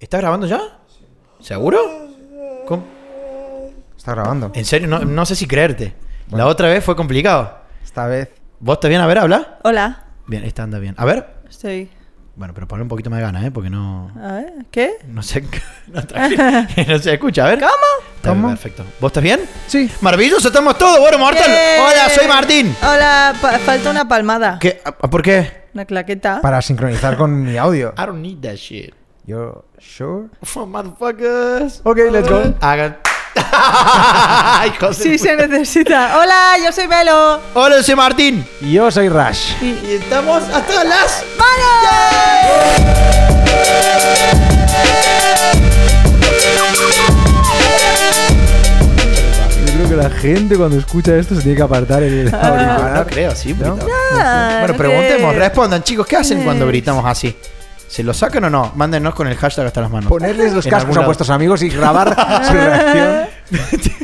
¿Está grabando ya? ¿Seguro? ¿Cómo? Está grabando. En serio, no, no sé si creerte. La otra vez fue complicado. Esta vez. ¿Vos estás bien? A ver, habla. Hola, Bien, esta anda bien. A ver. estoy. Bueno, pero ponle un poquito más de ganas, ¿eh? Porque no. A ver, ¿qué? No se, no traje- no se escucha. A ver. ¿Cómo? Está bien, ¿Cómo? Perfecto. ¿Vos estás bien? Sí. Maravilloso, estamos todos. Bueno, mortal. Bien. Hola, soy Martín. Hola, pa- falta una palmada. ¿Qué? ¿A- ¿Por qué? Una claqueta. Para sincronizar con mi audio. I don't need that shit. Yo, sure. For motherfuckers. Ok, let's go. Hagan. Hijo de Sí, puta. se necesita. Hola, yo soy Melo. Hola, soy Martín. Yo soy Rash. Y estamos hasta las. ¡Vale! Yo creo que la gente cuando escucha esto se tiene que apartar el Ah, no auricular. creo, sí, un ¿No? poquito. Bueno, preguntemos, respondan, chicos, ¿qué hacen cuando Eh. gritamos así? ¿Se lo sacan o no? Mándenos con el hashtag hasta las manos. Ponerles los En algún cascos a lado. vuestros amigos y grabar su reacción.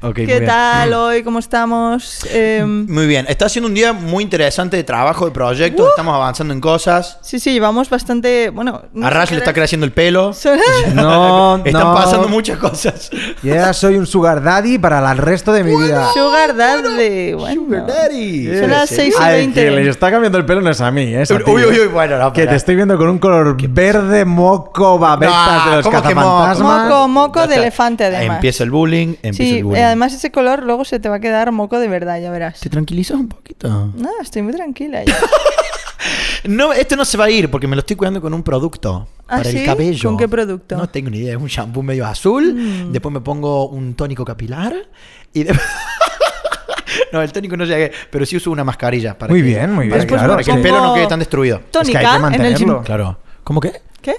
Ok, muy ¿Qué bien. Mm. tal hoy? ¿Cómo estamos? Em, Muy bien, está siendo un día muy interesante de trabajo, de proyectos, Uh. estamos avanzando en cosas. sí, sí, llevamos bastante. Bueno. no A Rash sé le está qué- creciendo el pelo. Son- No, Están no. pasando muchas cosas. Yo ya soy un sugar daddy para el resto de mi vida. Sugar Daddy. Bueno. Sugar daddy. Sí. Son las Sí, seis sí. y Al que 20. le está cambiando el pelo no es a mí, ¿eh? es a ti. Uy, uy, uy, bueno, no, Que pará. te estoy viendo con un color verde moco babetas No, de los Ah, ¿cómo que moco? cazafantasmas. Moco, moco Ya de está. elefante, además. Empieza el bullying, empieza Sí, el bullying. eh, además ese color luego se te va a quedar moco de verdad, ya verás. ¿Te tranquilizas un poquito? No, estoy muy tranquila ya. No, esto no se va a ir porque me lo estoy cuidando con un producto ¿Ah, para el sí? cabello. ¿Con qué producto? Mm. No tengo ni idea. Es un shampoo medio azul. Después me pongo un tónico capilar y de- No, el tónico no llegué, pero sí uso una mascarilla para Muy que- bien, muy bien. para que- Después claro, me que el pongo- pelo no quede tan destruido. que hay que Tónica en el gym. mantenerlo. Claro. ¿Cómo que? ¿Qué?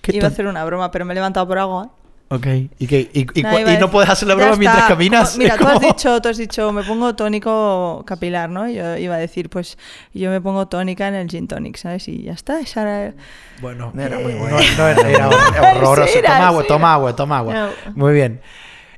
¿Qué Iba a ton- hacer una broma, pero me he levantado por agua. Ok. ¿Y, qué? ¿Y, y Nada, cu- iba a y no decir- puedes hacer la Ya broma está. mientras caminas? Como- mira, Es tú has como- dicho, tú has dicho, me pongo tónico capilar, ¿no? Y Yo iba a decir, pues yo me pongo tónica en el gin tonic, ¿sabes? Y ya está, esa era... Bueno, eh, No era muy bueno. No, no era, era horroroso. Sí era, toma agua, sí toma era. agua, toma agua. No. Muy bien.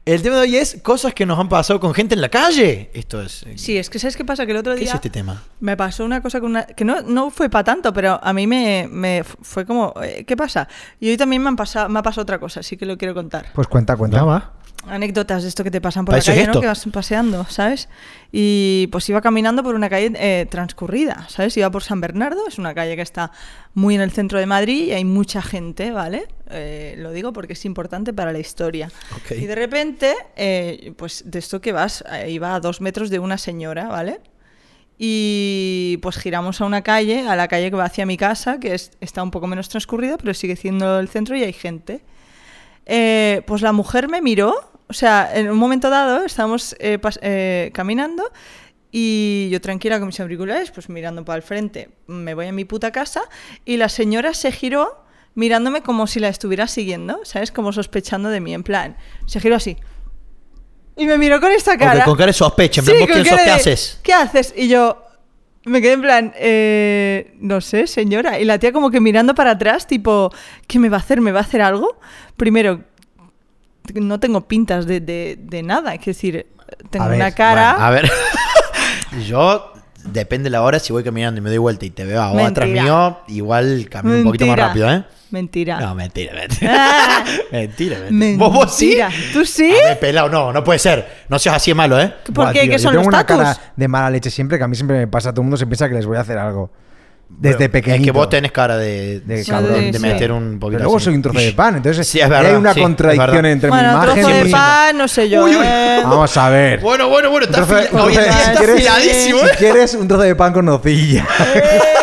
El tema de hoy es cosas que nos han pasado con gente en la calle. Esto es. eh, Sí, es que ¿sabes qué pasa? Que el otro ¿Qué día es este tema? me pasó una cosa con una... que no, no fue para tanto, pero a mí me, me f- fue como, eh, ¿qué pasa? Y hoy también me, han pasado, me ha pasado otra cosa, así que lo quiero contar. Pues cuenta, cuenta. anécdotas de esto que te pasan por Para la eso es calle, ¿no? esto. Que vas paseando, ¿sabes? Y pues iba caminando por una calle eh, transcurrida, ¿sabes? Iba por San Bernardo, es una calle que está muy en el centro de Madrid y hay mucha gente, ¿vale? Eh, lo digo porque es importante para la historia. Ok. Y de repente, eh, pues de esto que vas, eh, iba a dos metros de una señora, ¿vale? Y pues giramos a una calle, a la calle que va hacia mi casa, que es- está un poco menos transcurrida, pero sigue siendo el centro y hay gente. Eh, pues la mujer me miró, o sea, en un momento dado estábamos eh, pas- eh, caminando y yo tranquila con mis auriculares, pues mirando para el frente, me voy a mi puta casa y la señora se giró mirándome como si la estuviera siguiendo, ¿sabes? Como sospechando de mí, en plan, se giró así. Y me miró con esta cara. Ok, con cara de sospecha. En plan, Sí, ¿vos con quién sos? cara ¿Qué de, haces? ¿Qué haces? Y yo me quedé en plan, eh, no sé, señora. Y la tía como que mirando para atrás, tipo, ¿qué me va a hacer? ¿Me va a hacer algo? Primero, no tengo pintas de, de- de nada. Es decir, tengo A ver, una cara... Bueno, a ver. Yo. Depende de la hora, si voy caminando y me doy vuelta y te veo a vos atrás Mentira. mío, igual camino un poquito más Mentira. rápido, ¿eh? Mentira. Ah, No, mentira, mentira. mentira, mentira. ¿Vos, vos sí? Mentira. ¿Tú sí? A ver, pelado, no, no puede ser. No seas así de malo, ¿eh? ¿Por Buah, qué? tío, ¿Qué yo son tengo los una tatus? cara de mala leche siempre que a mí siempre me pasa. Todo el mundo se piensa que les voy a hacer algo. Desde Bueno, pequeño. Es que vos tenés cara de, De de cabrón, de sí. meter un poquito Pero luego así. soy un trozo de pan. Entonces Sí, es ahí hay verdad, una sí, es contradicción verdad. entre mi Bueno, imagen trozo y de mi- pan, no sé yo. Uy, uy. ¿eh? Vamos a ver. Bueno, bueno, bueno, está Un trozo de- afila- un hoy en trozo de- día está si quieres- afiladísimo, Si ¿eh? quieres, un trozo de pan con nocilla.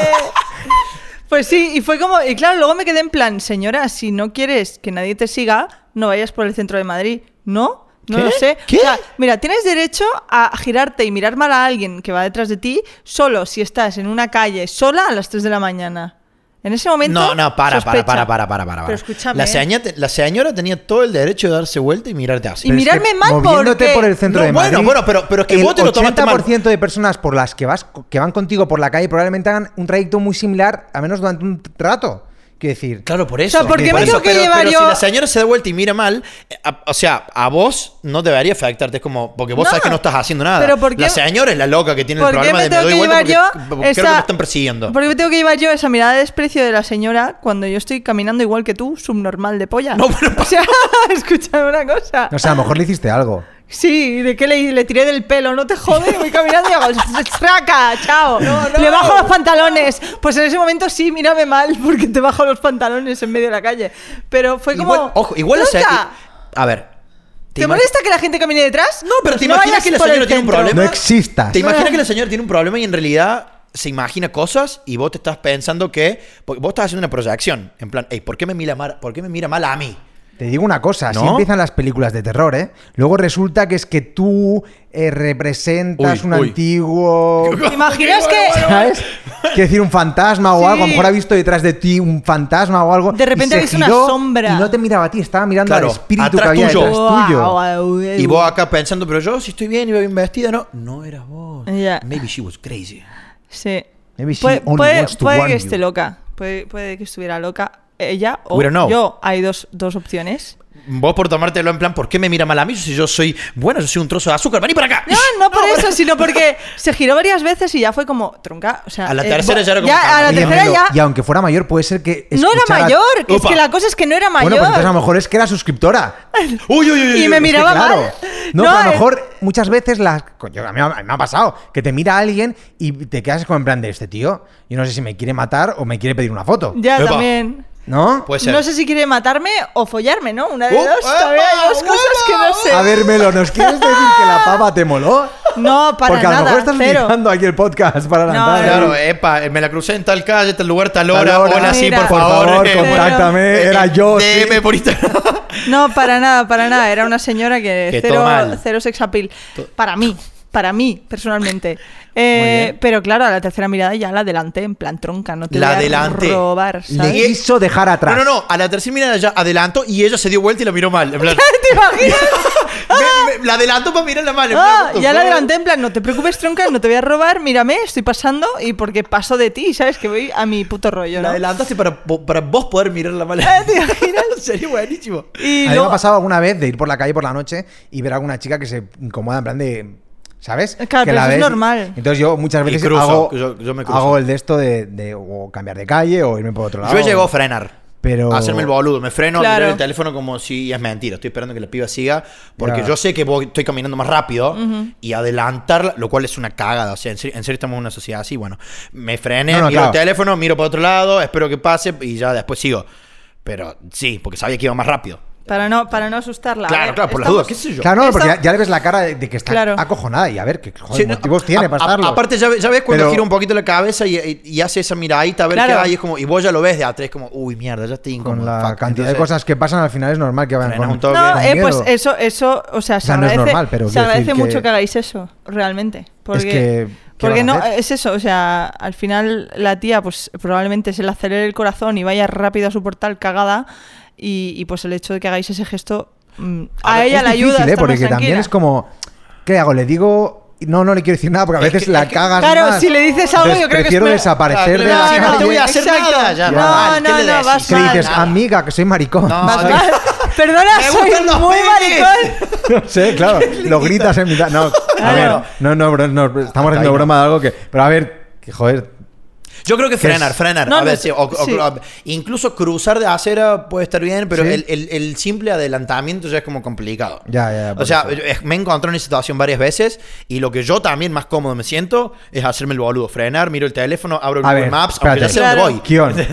Pues sí, y fue como, y claro, luego me quedé en plan, señora, si no quieres que nadie te siga, no vayas por el centro de Madrid. No, no ¿Qué? lo sé. ¿Qué? O sea, mira, tienes derecho a girarte y mirar mal a alguien que va detrás de ti solo si estás en una calle sola a las 3 de la mañana. En ese momento. No, no, para, para, sospecha. para, para, para, para. Pero escúchame. ¿eh? La señora, la señora tenía todo el derecho de darse vuelta y mirarte así. Y Pero es que mirarme mal moviéndote porque- por el centro No, de bueno, Madrid, bueno, pero- pero es que el vos te lo tomaste mal. 80% de personas por las que vas que van contigo por la calle probablemente hagan un trayecto muy similar, a menos durante un rato. Quiero decir, Claro, por eso. O sea, ¿por qué Por me eso, tengo que pero, llevar pero yo- si la señora se da vuelta y mira mal, eh, a- o sea, a vos no debería afectarte. Es como, porque vos No. sabes que no estás haciendo nada. Pero ¿por qué- La señora es la loca que tiene el ¿Por qué problema me de tengo me que doy llevar vuelta porque yo creo que esa... me están persiguiendo. ¿Por qué me tengo que llevar yo esa mirada de desprecio de la señora cuando yo estoy caminando igual que tú, subnormal de polla? No, pero- O sea, escúchame una cosa. no sé, a lo mejor le hiciste algo. Sí, ¿de qué le, le tiré del pelo? No te jode, voy caminando y hago ¡Traca! ¡Chao! No, no. Le bajo los pantalones. Pues en ese momento sí, mírame mal porque te bajo los pantalones en medio de la calle. Pero fue como... Igual, ojo, igual la "Tronca, señora. A ver. ¿Te, imagi- molesta que la gente camine detrás? Pues No, pero te no imaginas vayas que la por el señora tiene un centro". problema. No existas. ¿Te imaginas que la señora tiene un problema y en realidad se imagina cosas y vos te estás pensando que. Porque vos estás haciendo una proyección. En plan, hey, ¿por qué me mira mal, por qué me mira mal a mí? Te digo una cosa, así ¿No? empiezan las películas de terror, ¿eh? Luego resulta que es que tú eh, representas Uy, un uy. antiguo... ¿Te imaginas que...? ¿Sabes? Quiero decir, un fantasma o Sí. algo. A lo mejor ha visto detrás de ti un fantasma o algo. De repente y se ves una giró sombra. Y no te miraba a ti, estaba mirando Claro, al espíritu que atrás había tuyo. detrás tuyo. Guau, Y vos acá pensando, pero yo si estoy bien, iba bien vestida, no. No eras vos. Ya. Maybe she was crazy. Sí. Maybe she puede only puede- wants to puede warn que you. esté loca. Puede, puede que estuviera loca ella o We don't know. yo. Hay dos, dos opciones. Vos por tomártelo en plan, ¿por qué me mira mal a mí si yo soy, bueno, yo soy un trozo de azúcar? ¡Vení para acá! No, no por pero- eso, sino porque se giró varias veces y ya fue como tronca. O sea, A la eh, tercera bo- ya era como, a la Oye, tercera Melo, ya. Y aunque fuera mayor, puede ser que. no era escuchara- mayor, que es Upa. que la cosa es que no era mayor. Bueno, pues entonces a lo mejor es que era suscriptora. Es Uy, uy, uy, uy, y me uy. que miraba claro. mal. No, pero a lo eh, mejor muchas veces las. Coño, a mí me ha- me ha pasado que te mira alguien y te quedas con en plan de este tío. Yo no sé si me quiere matar o me quiere pedir una foto. Ya Epa. también. ¿No? Puede ser. No sé si quiere matarme o follarme, ¿no? Una de Uh, dos. Todavía hay dos epa, cosas que no epa. sé. A ver, Melo, ¿nos quieres decir que la pava te moló? No, para Porque a nada. lo mejor estás cero. utilizando aquí el podcast para ¿eh? No, lanzar. Claro, eh, epa, me la crucé en tal calle, tal lugar, tal hora. Tal hora. Hola, sí, Mira. por Por favor. favor, eh, contáctame. eh, Era yo. sí. DM por Instagram. No, para nada, para nada. Era una señora que, Que todo cero, mal. cero sex appeal. Para mí, para mí, personalmente. Eh, Muy bien. pero claro, a la tercera mirada ya la adelanté, en plan tronca, no te La voy a adelanté. robar, Le ¿sabes? quiso dejar atrás. No, no, no. A la tercera mirada ya adelantó y ella se dio vuelta y la miró mal. En plan, ¿Te imaginas? me- me- la adelantó para mirarla mal. en plan, Ah, what the ya la fuck. adelanté, en plan, no te preocupes, tronca, no te voy a robar, mírame, estoy pasando y porque paso de ti, ¿sabes? Que voy a mi puto rollo, La ¿no? adelantaste para, para vos poder mirarla mal. ¿Te imaginas? Sería buenísimo. a mí Y me ha luego- pasado alguna vez de ir por la calle por la noche y ver a alguna chica que se incomoda en plan de. ¿Sabes? Claro, pero que la eso es normal. Entonces yo muchas veces cruzo, hago, yo- yo me cruzo. hago el de esto de, de o cambiar de calle o irme por otro lado. Yo llego a frenar. Pero- A Hacerme el boludo. Me freno, Claro. mirar el teléfono como si es mentira. Estoy esperando que la piba siga. Porque Ya. yo sé que voy- estoy caminando más rápido. Y adelantarla, lo cual es una cagada. O sea, en serio, en serio estamos en una sociedad así. Bueno, me frené, No, no, miro claro. el teléfono, miro para otro lado, espero que pase y ya después sigo. Pero sí, porque sabía que iba más rápido. para, no, para no asustarla. a claro, ver, claro, por las dudas, estamos- qué sé yo. Claro, no, porque Esta- ya, ya le ves la cara de, de que está Claro. acojonada y a ver qué joder, Sí, no, motivos a- tiene a- pasarlo. a- aparte, ya, ve- ya ves cuando Pero- gira un poquito la cabeza y, y- y hace esa miradita a ver Claro. qué hay. Es como, y vos ya lo ves de atrás. Es como, uy, mierda, ya estoy incómodo. con la fuck. cantidad de Entonces, cosas que pasan al final es normal que vayan frenas con un toque. No, con eh, pues miedo. eso, eso, o sea, se sea, no es agradece, normal, pero se quiero agradece decir que- mucho que... hagáis eso, realmente. Porque, que, ¿qué vas porque a no, hacer? es eso, o sea, al final la tía, pues probablemente se le acelere el corazón y vaya rápido a su portal cagada. Y, y, pues el hecho de que hagáis ese gesto mm, a, A ver, ella es la ayuda. difícil, ¿eh? a estar más Porque también tranquila. es como, ¿qué hago? ¿Le digo? No, no le quiero decir nada porque a Es veces que- la es que- cagas Claro, más. si le dices algo, Entonces yo creo que es prefiero peor. desaparecer Claro, de la claro, calle. no te voy a hacer Exacto. nada. Ya, no, normal, no, ¿qué le no, decís? vas Que le dices, Nada. amiga, que soy maricón. No, ¿sabes? no, Perdona, Me soy gustan los muy penes. maricón. No sé, claro, lo gritas en mitad. No, a ver, Claro. no, no, bro, no, estamos haciendo no. broma de algo que. Pero a ver, que joder. Yo creo que Que es- frenar, frenar. No, a no, ver, sí, o- o- sí. o- incluso cruzar de acera puede estar bien, pero Sí. el, el- el simple adelantamiento ya es como complicado. Ya, ya, por O sea, eso. yo- eh, me he encontrado en esa situación varias veces y lo que yo también más cómodo me siento es hacerme el boludo. Frenar, miro el teléfono, abro el A Google ver, Maps, espérate. aunque ya sé dónde Claro. voy.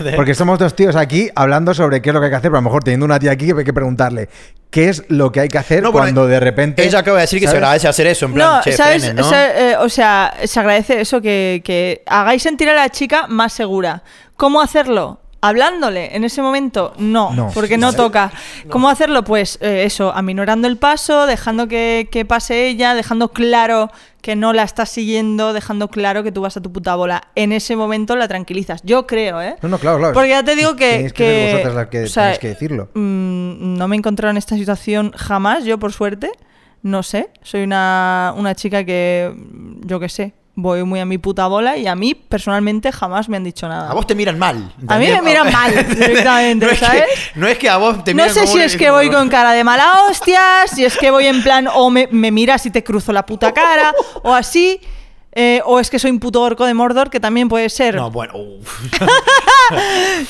Kion, porque somos dos tíos aquí hablando sobre qué es lo que hay que hacer, pero a lo mejor teniendo una tía aquí que hay que preguntarle qué es lo que hay que hacer No, bueno, cuando de repente. Ella acaba de decir que se ¿sabes? agradece hacer eso, en plan, No, che, ¿sabes? frenen, ¿no? Se- eh, o sea, se agradece eso, que, que hagáis sentir a la chica más segura. ¿Cómo hacerlo? ¿Hablándole en ese momento? No, No. porque no Sí. toca. ¿Cómo hacerlo? Pues eh, eso, aminorando el paso, dejando que, que pase ella, dejando claro que no la estás siguiendo, dejando claro que tú vas a tu puta bola. En ese momento la tranquilizas. Yo creo, ¿eh? No, no, claro, claro. Porque ya te digo que... Tenéis que ser vosotras las que o sea, tenéis que decirlo. mm, no me he encontrado en esta situación jamás, yo por suerte. No sé, soy una, una chica que, mm, yo qué sé, voy muy a mi puta bola y a mí personalmente jamás me han dicho nada. A vos te miran mal. A mí me ¿entendés? miran mal, directamente, no es que- ¿sabes? no es que a vos te No miran sé como si un- es que voy con cara de mala hostia, si es que voy en plan o me, me miras y te cruzo la puta cara, o así, eh, o es que soy un puto orco de Mordor, que también puede ser. No, No, bueno, uf.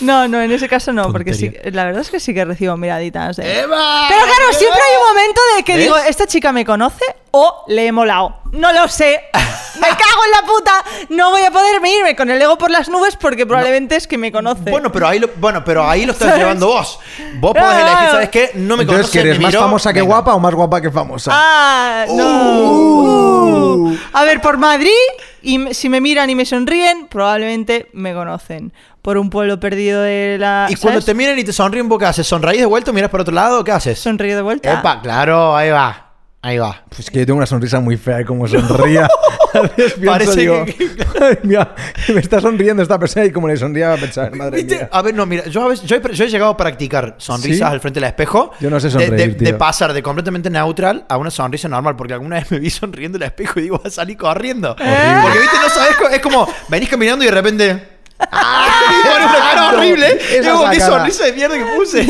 no, en ese caso no, porque sí, Tontería. Eh, la verdad es que sí que recibo miraditas. de- ¡Eva! Pero claro, siempre hay un momento de que ¿Ves? digo, ¿esta chica me conoce o le he molado? No lo sé. Me cago en la puta. No voy a poder irme con el ego por las nubes porque probablemente es que me conoce. Bueno, pero ahí lo, bueno, pero ahí lo estás ¿Sabes? llevando vos. Vos Claro, podés elegir, claro. ¿sabes qué? No me Entonces, conoces, ¿que eres me más miró, famosa que venga. guapa o más guapa que famosa? Ah, no. Uh. Uh. A ver, por Madrid, y m- si me miran y me sonríen, probablemente me conocen. Por un pueblo perdido de la. Y cuando Ah, ¿sabes? te miran y te sonríen, ¿vos qué haces? ¿Sonreís de vuelta, miras para otro lado? ¿Qué haces? Sonrío de vuelta. Epa, claro, ahí va. Ahí va. Pues que yo tengo una sonrisa muy fea y como sonría. a veces pienso, Parece digo, que- "Ay, mira, me está sonriendo esta persona y como le sonría va a pensar, madre ¿Viste? mía. A ver, no, mira, yo, a veces- yo, he, yo he llegado a practicar sonrisas ¿Sí? al frente del espejo. Yo no sé De- De, sonreír, de tío. pasar de completamente neutral a una sonrisa normal, porque alguna vez me vi sonriendo en el espejo y digo, voy a salir corriendo. Horrible. Porque, viste, no sabes, co- es como, venís caminando y de repente... ¡Ah! Y pones una cara Exacto. horrible. Esa Digo, es la qué cara". sonrisa de mierda que puse.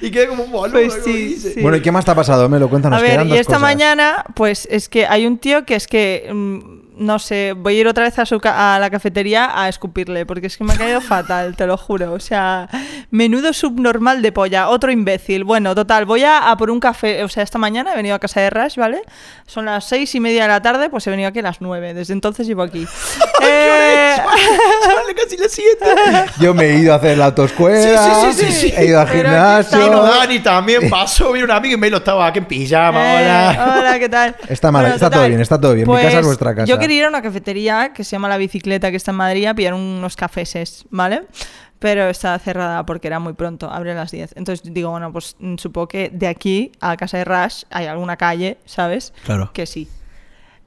y quedé como un boludo. Pues ¿cómo sí, hice? sí. Bueno, ¿y qué más te ha pasado? Me lo cuentan. A ver, y esta mañana, pues es que hay un tío que es que. mm, no sé, voy a ir otra vez a, su ca- a la cafetería a escupirle, porque es que me ha caído fatal, te lo juro. O sea, menudo subnormal de polla, otro imbécil. Bueno, total, voy a, a por un café. O sea, esta mañana he venido a casa de Rash, ¿vale? Son las seis y media de la tarde, pues he venido aquí a las nueve. Desde entonces llevo aquí. Eh, Sale casi la siete. Yo me he ido a hacer la autoescuela, Sí, sí, sí, sí, sí. he ido al Pero aquí gimnasio. estamos. Vino Dani también pasó, vino una amiga y me lo estaba aquí en pijama. Eh, Hola. hola, ¿qué tal? pues Está mal, está todo bien, está todo bien. Mi casa es vuestra casa. Yo quería ir a una cafetería que se llama La Bicicleta, que está en Madrid, a pillar unos cafeses, ¿vale? Pero está cerrada porque era muy pronto, abre a las 10. Entonces digo, bueno, pues mm, supongo que de aquí a casa de Rush hay alguna calle, ¿sabes? Claro. Que sí.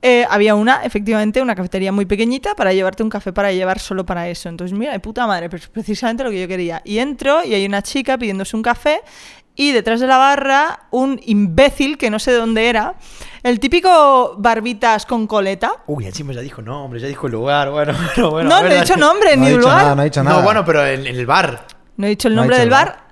Eh, había una, efectivamente, una cafetería muy pequeñita para llevarte un café para llevar solo para eso. Entonces, mira, de puta madre, pero es precisamente lo que yo quería. Y entro y hay una chica pidiéndose un café y detrás de la barra un imbécil que no sé de dónde era, el típico barbitas con coleta. Uy, encima ya dijo nombre, ya dijo el lugar. Bueno, bueno, bueno. no, a no ver, he dicho Dani. nombre no ni ha dicho lugar. nada, no ha dicho nada. No, bueno, pero en, en el bar. No he dicho el No ha nombre dicho del nada. bar.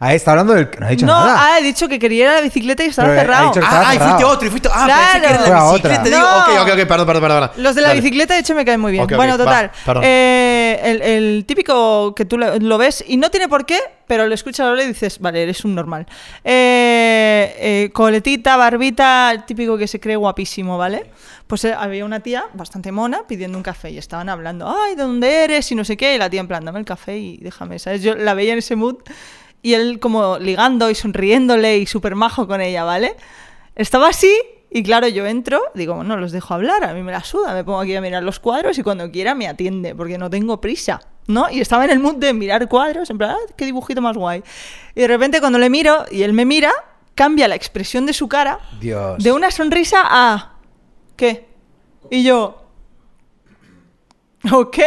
Ah, está hablando del. No ha dicho no, nada. ah, he dicho que quería ir a la bicicleta y estaba Pero, eh, ha cerrado. dicho- Ah, estaba ah, y cerrado. fuiste otro, y fuiste. Ah, Claro. pensé que era Fue la a bicicleta. otra. Digo, No. ok, ok, ok, perdón, perdón, perdón. Los de la Dale. bicicleta, de hecho, me caen muy bien. Ok, ok, bueno, total. va, perdón. eh, el, el típico que tú lo, lo ves y no tiene por qué, pero lo escuchas hablar y dices, vale, eres un normal. Eh, eh, coletita, barbita, el típico que se cree guapísimo, ¿vale? Pues eh, había una tía bastante mona pidiendo un café y estaban hablando, ay, ¿de dónde eres? Y no sé qué. Y la tía, en plan, dame el café y déjame, ¿sabes? Yo la veía en ese mood y él como ligando y sonriéndole y súper majo con ella, ¿vale? Estaba así y claro, yo entro, digo, bueno, los dejo hablar, a mí me la suda, me pongo aquí a mirar los cuadros y cuando quiera me atiende, porque no tengo prisa, ¿no? Y estaba en el mood de mirar cuadros, en plan, ah, qué dibujito más guay. Y de repente cuando le miro y él me mira, cambia la expresión de su cara Dios. de una sonrisa a... ¿Qué? Y yo... ¿Ok?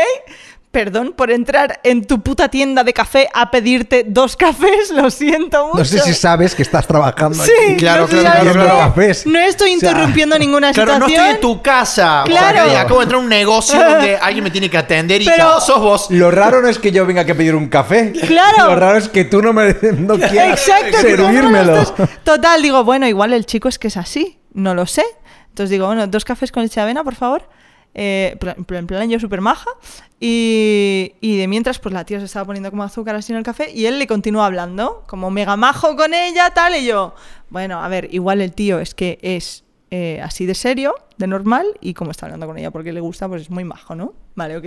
Perdón por entrar en tu puta tienda de café a pedirte dos cafés, lo siento mucho. No sé si sabes que estás trabajando Sí, aquí. Pues, Claro, no sé claro, claro, si sabes claro. qué. ¿Ves? No estoy O sea, interrumpiendo ninguna Claro, situación. no estoy en tu casa. Claro. O sea, que acabo de entrar a un negocio donde alguien me tiene que atender y Pero- chao, sos vos. Lo raro no es que yo venga que pedir un café. Claro. Lo raro es que tú no me no quieras Exacto. que tú no servírmelo. lo estás- Total, digo, bueno, igual el chico es que es así, no lo sé. Entonces digo, bueno, dos cafés con leche de avena, por favor. Eh, pla- en plan- en plan yo súper maja. Y, y de mientras, pues la tía se estaba poniendo como azúcar así en el café y él le continúa hablando, como mega majo con ella, tal, y yo, bueno, a ver, igual el tío es que es eh, así de serio, de normal, y como está hablando con ella porque le gusta, pues es muy majo, ¿no? Vale, ok.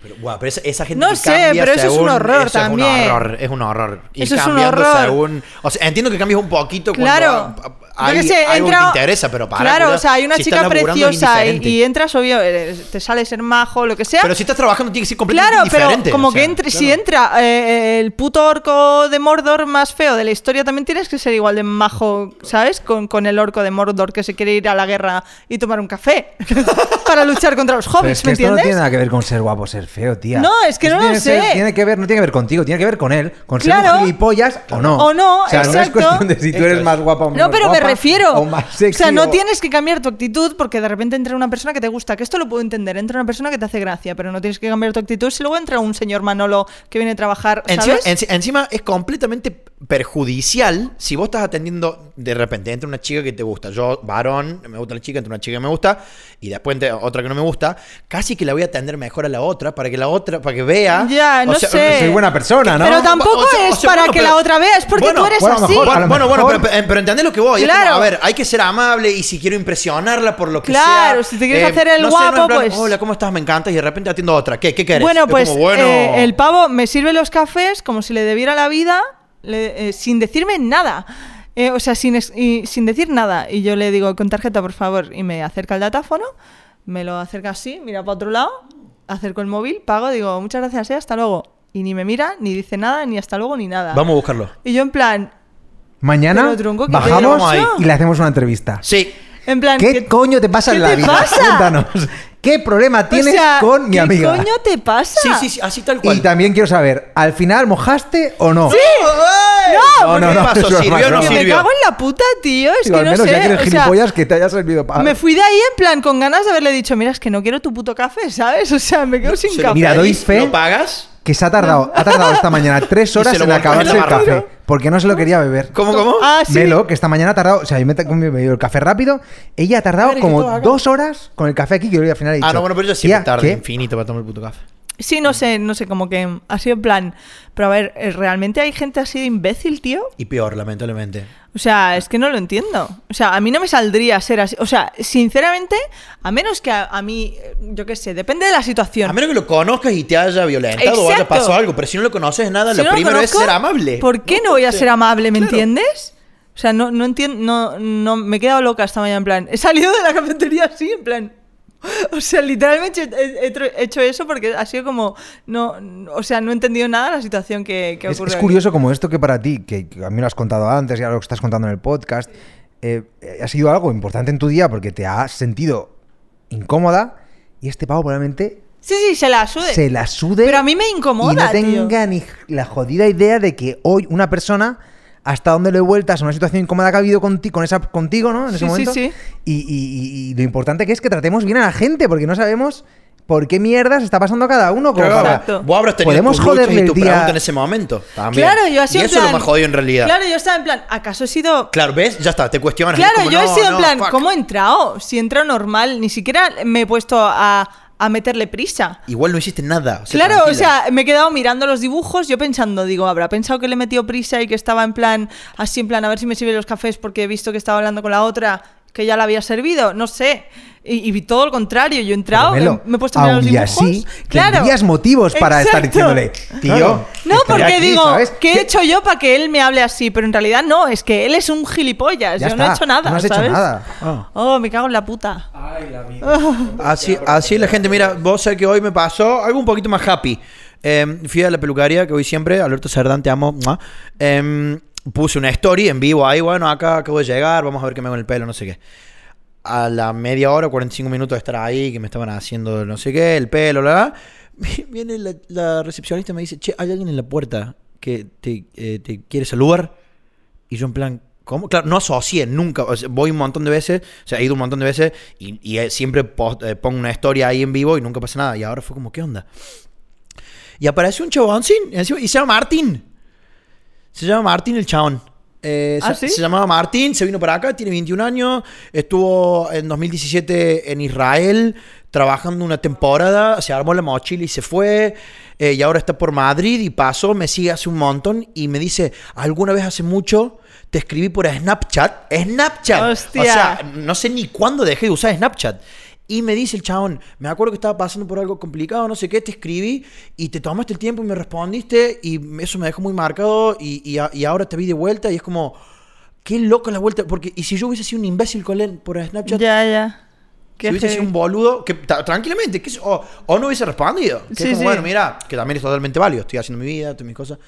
Pero, guau, pero esa, esa gente No que sé, cambia pero eso es un según- horror eso Es también. un horror, es un horror. Y Eso es un cambiando horror. según. O sea, entiendo que cambias un poquito cuando Claro. a- a- Yo hay qué sé, algo entra- que te interesa, pero para. Claro, cuidado, o sea, hay una si estás chica laburando es preciosa y, indiferente. y entras, obvio, eh, te sale ser majo, lo que sea. Pero si estás trabajando, tiene que ser completamente Claro, pero diferente. como o sea, que entre, si claro. entra eh, el puto orco de Mordor más feo de la historia, también tienes que ser igual de majo, ¿sabes? Con, con el orco de Mordor que se quiere ir a la guerra y tomar un café para luchar contra los Pero hobbits, es que ¿me esto no entiendes? tiene nada que ver con ser guapo o ser feo, tía. No, es que Eso no tiene lo que ser- sé. tiene que ver, no tiene que ver contigo, tiene que ver con él, con Claro. ser un gilipollas o no. O no, O sea, no es exacto. cuestión de si tú Esto eres es. más guapa o menos No, pero me guapa. más- refiero. o más sexy sea, no o- tienes que cambiar tu actitud porque de repente entra una persona que te gusta, que esto lo puedo entender, entra una persona que te hace gracia, pero no tienes que cambiar tu actitud si luego entra un señor Manolo que viene a trabajar, Encima, ¿sabes? enci- encima es completamente perjudicial si vos estás atendiendo de repente entre una chica que te gusta. Yo, varón, me gusta la chica, entre una chica que me gusta y después entre otra que no me gusta. Casi que la voy a atender mejor a la otra para que la otra, para que vea. Ya, O no sea, sé. soy buena persona, ¿no? Pero tampoco O sea, es o sea, para bueno, que pero- la otra vea, es porque bueno, tú eres bueno, a lo así. mejor- a Bueno, lo bueno, bueno, mejor- pero, pero- pero entendés lo que voy. Es Claro. como, a ver, hay que ser amable y si quiero impresionarla por lo que sea. eh, Claro, si te quieres hacer el no sé, no, en guapo, plan, pues- Hola, ¿cómo estás? Me encanta. Y de repente atiendo a otra. ¿Qué, qué querés? Bueno, Es pues como, bueno, eh, el pavo me sirve los cafés como si le debiera la vida le- eh, sin decirme nada. Eh, o sea, sin, es- y sin decir nada. Y yo le digo, con tarjeta, por favor. Y me acerca el datáfono, me lo acerca así, mira para otro lado, acerco el móvil, pago, digo, muchas gracias, eh, hasta luego. Y ni me mira, ni dice nada, ni hasta luego, ni nada. Vamos a buscarlo. Y yo en plan, Mañana Pero, tronco, ¿qué bajamos te digo? y le hacemos una entrevista. Sí. en plan... ¿Qué coño te pasa qué en la te vida? pasa? Cuéntanos. ¿Qué problema O tienes sea, con mi ¿qué amiga? coño te pasa? Sí, sí, sí, así tal cual. Y también quiero saber, ¿al final mojaste o no? ¡Sí! No, ¡No! no, no. es broma, sirvió, es no broma. Que me sirvió. cago en la puta, tío. Es Digo, que al no menos sé. ya que eres o sea, gilipollas que te haya servido para... Me fui de ahí en plan con ganas de haberle dicho, mira, es que no quiero tu puto café, ¿sabes? O sea, me quedo sin Se lo café. Mira, doy pedís, fe. ¿Lo pagas? Que se ha tardado, ha tardado esta mañana tres lo horas en volcó en acabarse la el barra. café. Porque no se lo quería beber. ¿Cómo, cómo? Ah, sí. Melo, que esta mañana ha tardado, o sea, yo me he ta- me he bebido el café rápido, ella ha tardado Madre, que como todo haga. dos horas con el café aquí, que yo al final he dicho... Ah, no, bueno, pero yo siempre "Tía, tarde ¿qué? infinito para tomar el puto café. Sí, no sé, no sé, como que ha sido en plan. Pero a ver, eh, ¿realmente hay gente así de imbécil, tío? Y peor, lamentablemente. O sea, es que no lo entiendo. O sea, a mí no me saldría ser así. O sea, sinceramente, a menos que a, a mí, eh, yo qué sé, depende de la situación. A menos que lo conozcas y te haya violentado o haya Exacto. pasado algo, pero si no lo conoces nada, Si lo no primero es conozco, ser amable. ¿Por qué no voy a Sí. ser amable? ¿Me Claro. entiendes? O sea, no, no entiendo. No, no, me he quedado loca esta mañana en plan. He salido de la cafetería así, en plan. O sea, literalmente he, he- he tro- he hecho eso porque ha sido como. No, no- o sea, no he entendido nada la situación que, que Es, ocurre. es ahí. curioso como esto que para ti, que, que a mí lo has contado antes y ahora lo estás contando en el podcast, eh, eh, ha sido algo importante en tu día porque te has sentido incómoda y este pavo probablemente Sí, sí, se la sude. se la sude. Pero a mí me incomoda, Y no tío. tenga ni la jodida idea de que hoy una persona, hasta donde le vueltas a una situación incómoda que ha habido conti- con esa, contigo, ¿no? En Sí, ese sí, momento. sí. Y, y- y- y lo importante que es que tratemos bien a la gente porque no sabemos por qué mierdas está pasando cada uno. como Claro, para- Exacto. Vos habrás tenido Podemos tus luchas joderle y el tu día- pregunta en ese momento. También. Claro, yo así Y en eso es lo plan- más jodido en realidad. Claro, Claro, yo estaba en plan. ¿Acaso he sido.? ves, ya está, te cuestionas. es Claro, como, yo he no, sido en no, plan, fuck. ¿cómo he entrado? Si he entrado normal, ni siquiera me he puesto a, a meterle prisa. Igual no hiciste nada. o sea, Claro, o tranquila. sea, me he quedado mirando los dibujos, yo pensando, digo, habrá pensado que le he metido prisa y que estaba en plan, así en plan, a ver si me sirven los cafés porque he visto que estaba hablando con la otra, que ya la había servido, no sé. Y, y vi todo lo contrario, yo he entrado, Pero, me, Melo, me he puesto a mirar los aún y dibujos. así, tendrías motivos para estar diciéndole, tío, No, estoy porque aquí, digo, ¿sabes? ¿qué he Que- hecho yo para que él me hable así? Pero en realidad no, es que él es un gilipollas, Ya yo no he está, hecho nada, no has hecho ¿sabes? nada. Ah. Oh, me cago en la puta. Así, así la gente, mira, vos sabés que hoy me pasó algo un poquito más happy. Eh, fui a la peluquería que voy siempre, Alberto Cerdán, te amo. mua. Em, puse una story en vivo ahí, bueno, acá acabo de llegar, vamos a ver qué me hago en el pelo, no sé qué. A la media hora, 45 minutos de estar ahí, que me estaban haciendo no sé qué, el pelo, la, la, viene la, la recepcionista y me dice, che, hay alguien en la puerta que te, eh, te quiere saludar. Y yo en plan, ¿cómo? Claro, no asocié nunca. O sea, voy un montón de veces, o sea, he ido un montón de veces y, y, eh, siempre post- eh, pongo una historia ahí en vivo y nunca pasa nada. Y ahora fue como, ¿qué onda? Y apareció un chabón sin, y encima- y se llama Martín. Se llama Martín el chabón. Eh, ¿Ah, se, sí? se llamaba Martín, se vino para acá, tiene 21 años, estuvo en 2017 en Israel trabajando una temporada, se armó la mochila y se fue, eh, y ahora está por Madrid y pasó, me sigue hace un montón y me dice, alguna vez hace mucho te escribí por Snapchat, Snapchat, Hostia. o sea, no sé ni cuándo dejé de usar Snapchat. Y me dice el chabón, me acuerdo que estaba pasando por algo complicado, no sé qué, te escribí y te tomaste el tiempo y me respondiste y eso me dejó muy marcado y, y a- y ahora te vi de vuelta y es como, qué loco la vuelta, porque y si yo hubiese sido un imbécil con él por Snapchat, Ya, ya. si Qué hubiese sido heavy. un boludo, que ta- tranquilamente, que, o, o no hubiese respondido, que es Sí, como, sí. bueno, mira, que también es totalmente válido, estoy haciendo mi vida, estoy mis cosas.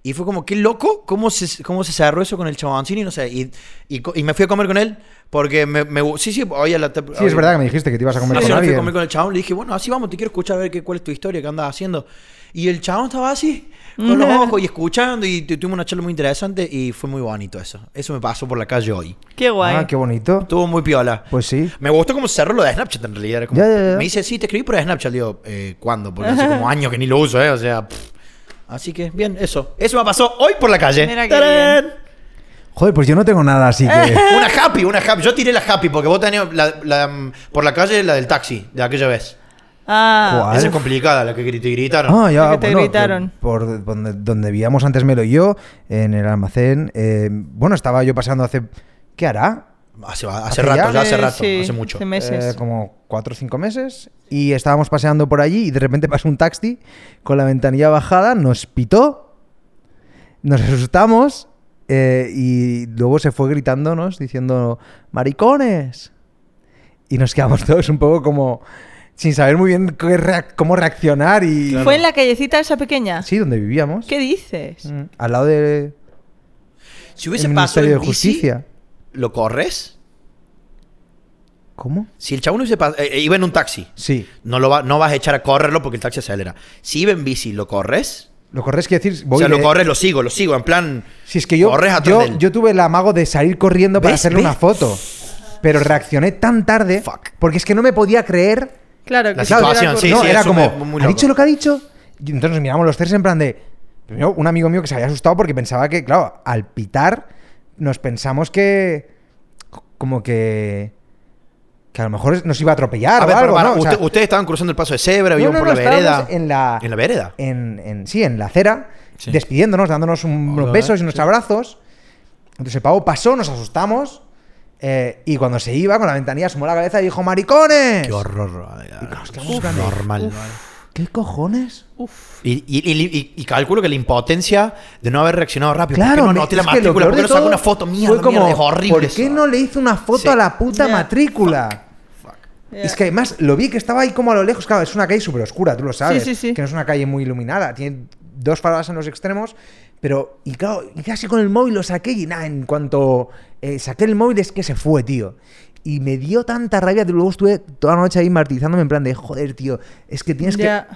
Y fue como, qué loco, cómo se, cómo se cerró eso con el chaboncini, no sé. Y, y, co- y me fui a comer con él porque me... me gu- sí, sí, oye, la... Sí, es verdad que me dijiste que te ibas a comer Así me con fui a alguien. comer con el chabón, le dije, bueno, así vamos, te quiero escuchar a ver qué, cuál es tu historia, qué andas haciendo. Y el chabón estaba así, con los ojos y escuchando, y tu- tuvimos una charla muy interesante y fue muy bonito eso. Eso me pasó por la calle hoy. Qué guay. Ah, qué bonito. Estuvo muy piola. Pues sí. Me gustó cómo cerró lo de Snapchat en realidad. Era como- Ya, ya, ya. Me dice, sí, te escribí por Snapchat. Digo, eh, ¿cuándo? Porque hace como años que ni lo uso, ¿eh? O sea, pff. así que, bien, eso. Eso me pasó hoy por la calle. Mira qué ¡Tarán! Joder, pues yo no tengo nada así que. Una happy, una happy. Yo tiré la happy porque vos tenías la, la, mm, por la calle la del taxi de aquella vez. Ah, Guau. Esa es complicada, la que gri- te gritaron. Ah, ya, Lo que te bueno, gritaron. que Por donde, donde vivíamos antes Melo y yo, en el almacén. eh, bueno, estaba yo pasando hace. ¿Qué hará? Hace, hace ¿Hace rato, ya, ya? hace Eh, rato, sí, hace mucho. hace meses. Eh, como cuatro o cinco meses. Y estábamos paseando por allí y de repente pasó un taxi con la ventanilla bajada, nos pitó, nos asustamos eh, y luego se fue gritándonos diciendo maricones. Y nos quedamos todos un poco como sin saber muy bien qué reac- cómo reaccionar y... Claro. ¿Fue en la callecita esa pequeña? Sí, donde vivíamos. ¿Qué dices? Mm, Al lado del Si de, hubiese el pasado Ministerio en de bici, Justicia. ¿lo corres? ¿Cómo? Si el chabón hubiese pas- eh, eh, iba en un taxi, Sí. no, lo va- no vas a echar a correrlo porque el taxi acelera. Si iba en bici, ¿lo corres? Lo corres que decir... o voy sea, lo de- corres, lo sigo, lo sigo, en plan... Si es que yo, Corres atrás de yo, él. yo tuve el amago de salir corriendo para ¿Ves? hacerle ¿Ves? una foto. Pero reaccioné tan tarde Fuck. porque es que no me podía creer. Claro, que La se hubiera situación, cor- sí, no, sí, era eso como, me- muy ¿ha loco. dicho lo que ha dicho? Y entonces nos miramos los tres en plan de. Primero, un amigo mío que se había asustado porque pensaba que, claro, al pitar, nos pensamos que. Como que. Que a lo mejor nos iba a atropellar A o ver, algo, pero para, ¿no? O sea, usted- ustedes estaban cruzando el paso de cebra, No, vivían no, por no, la estábamos vereda. en la- En la vereda. en, en- sí, en la acera, Sí. despidiéndonos, dándonos un- Hola, unos besos y unos sí. abrazos. Entonces el pavo pasó, nos asustamos. eh, y cuando se iba, con la ventanilla asomó la cabeza y dijo: ¡Maricones! Qué horror. ay, ay, nos quedamos buscando. normal. ¿Qué cojones? Y, y- y- y- y calculo que la impotencia de no haber reaccionado rápido. Claro, ¿Por qué me- no anoté la es que lo matrícula? ¿Por peor qué de no sacó todo una foto? Mierda, fue como, mierda, es horrible ¿Por qué eso. no le hizo una foto Sí. a la puta Ya. matrícula? Ya. Es que además lo vi que estaba ahí como a lo lejos. Claro, es una calle súper oscura, tú lo sabes. Sí, sí, sí. Que no es una calle muy iluminada. Tiene dos farolas en los extremos. Pero, y claro, y casi con el móvil lo saqué y nada, en cuanto eh, saqué el móvil es que se fue, tío. Y me dio tanta rabia que luego estuve toda la noche ahí martirizándome en plan de, joder, tío, es que tienes que... Ya.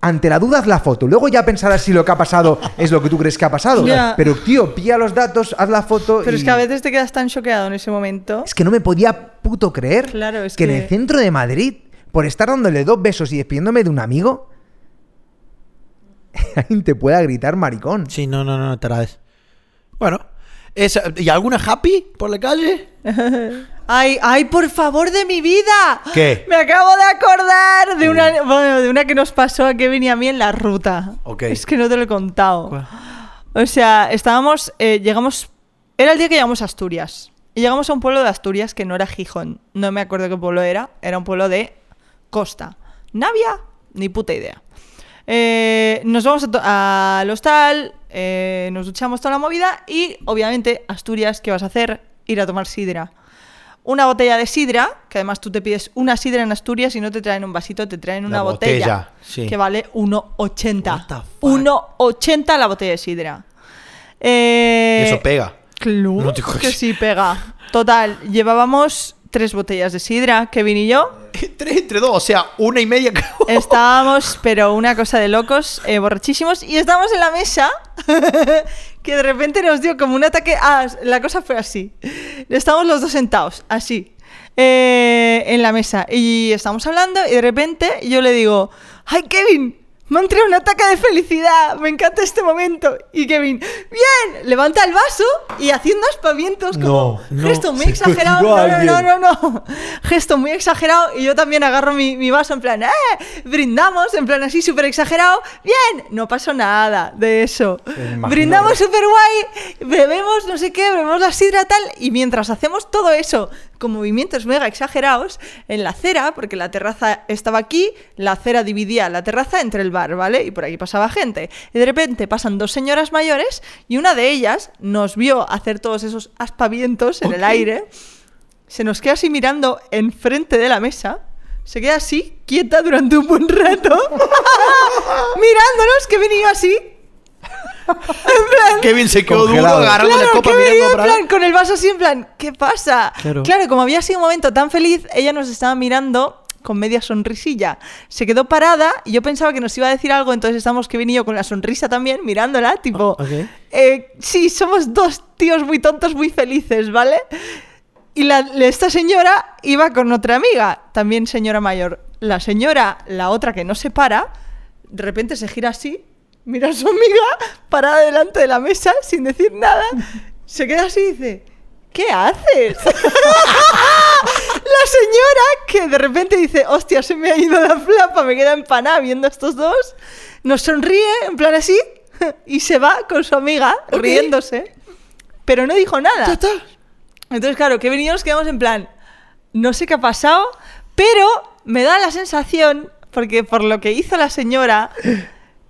Ante la duda haz la foto, luego ya pensarás si lo que ha pasado es lo que tú crees que ha pasado. Ya. Pero, tío, pilla los datos, haz la foto Pero y... es que a veces te quedas tan choqueado en ese momento. Es que no me podía puto creer Claro, es que, en que- el centro de Madrid, por estar dándole dos besos y despidiéndome de un amigo, alguien te pueda gritar maricón. Sí, no, no, no, no te la des. Bueno. esa- ¿Y alguna happy por la calle? ¡Ay, ay, por favor de mi vida! ¿Qué? Mm. Me acabo de acordar de una, bueno, de una que nos pasó a Kevin y a mí en la ruta. Ok. Es que no te lo he contado. O sea, estábamos, eh, llegamos, era el día que llegamos a Asturias. Y llegamos a un pueblo de Asturias que no era Gijón. No me acuerdo qué pueblo era. Era un pueblo de Costa. Navia, ni puta idea. Eh, nos vamos a to- al hostal, eh, nos duchamos toda la movida y obviamente Asturias, ¿qué vas a hacer? Ir a tomar sidra. Una botella de sidra, que además tú te pides una sidra en Asturias y no te traen un vasito, te traen una botella, botella, sí. que vale 1,80. What the fuck? 1,80 la botella de sidra. Eh, Eso pega. Claro No te jodas. que sí pega. Total, llevábamos tres botellas de sidra, Kevin y yo. Tres entre dos, o sea, una y media. Estábamos, pero una cosa de locos, eh, borrachísimos, y estábamos en la mesa que de repente nos dio como un ataque. Ah, la cosa fue así. Estábamos los dos sentados, así, eh, en la mesa, y estábamos hablando, y de repente yo le digo: ¡Ay, Kevin! Me ha entrado un ataque de felicidad, me encanta este momento. Y Kevin, bien, levanta el vaso y haciendo aspavientos como No, no, gesto muy se lo exagerado. tiró a No, no, no, alguien. no, no, gesto muy exagerado y yo también agarro mi, mi vaso en plan, ¡eh! Brindamos, en plan así súper exagerado, bien, no pasó nada de eso. Imagino. Brindamos súper guay, bebemos no sé qué, bebemos la sidra tal y mientras hacemos todo eso con movimientos mega exagerados en la acera, porque la terraza estaba aquí, la acera dividía la terraza entre el bar, ¿vale? Y por aquí pasaba gente. Y de repente pasan dos señoras mayores y una de ellas nos vio hacer todos esos aspavientos en el aire se nos queda así mirando enfrente de la mesa. Se queda así, quieta durante un buen rato. mirándonos, que venía así. Kevin se quedó duro Congelado. agarrando la copa Kevin mirando iba en para plan, con el vaso así en plan, ¿qué pasa? Claro. Claro. como había sido un momento tan feliz, ella nos estaba mirando con media sonrisilla. Se quedó parada y yo pensaba que nos iba a decir algo, entonces estábamos Kevin y yo con la sonrisa también mirándola, tipo, Ah, ok. eh, sí, somos dos tíos muy tontos, muy felices, ¿vale? Y la- la- esta señora iba con otra amiga, también señora mayor. La señora, la otra que no se para, de repente se gira así, mira a su amiga parada delante de la mesa sin decir nada, se queda así y dice, ¿qué haces? la señora que de repente dice, hostia, se me ha ido la flapa, me queda empanada viendo a estos dos, nos sonríe en plan así y se va con su amiga Ok. riéndose, pero no dijo nada. Ya está. Entonces, claro, que venimos, quedamos en plan, no sé qué ha pasado, pero me da la sensación, porque por lo que hizo la señora,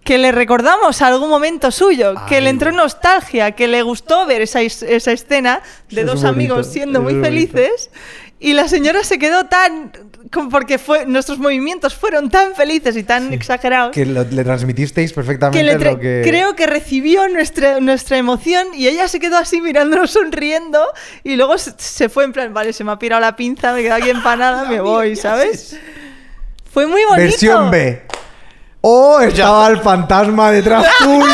que le recordamos algún momento suyo, que le entró nostalgia, que le gustó ver esa, is- esa escena Eso de es dos bonito, amigos siendo eso muy es bonito. felices, y la señora se quedó tan... como Porque fue, nuestros movimientos fueron tan felices y tan exagerados Que lo- le transmitisteis perfectamente que le tra- lo que... creo que recibió nuestra, nuestra emoción y ella se quedó así mirándonos sonriendo y luego se, se fue en plan, vale, se me ha pirado la pinza, me quedo aquí empanada, me voy, ¿sabes? Fue muy bonito. Versión B. Oh, estaba el fantasma detrás tuyo.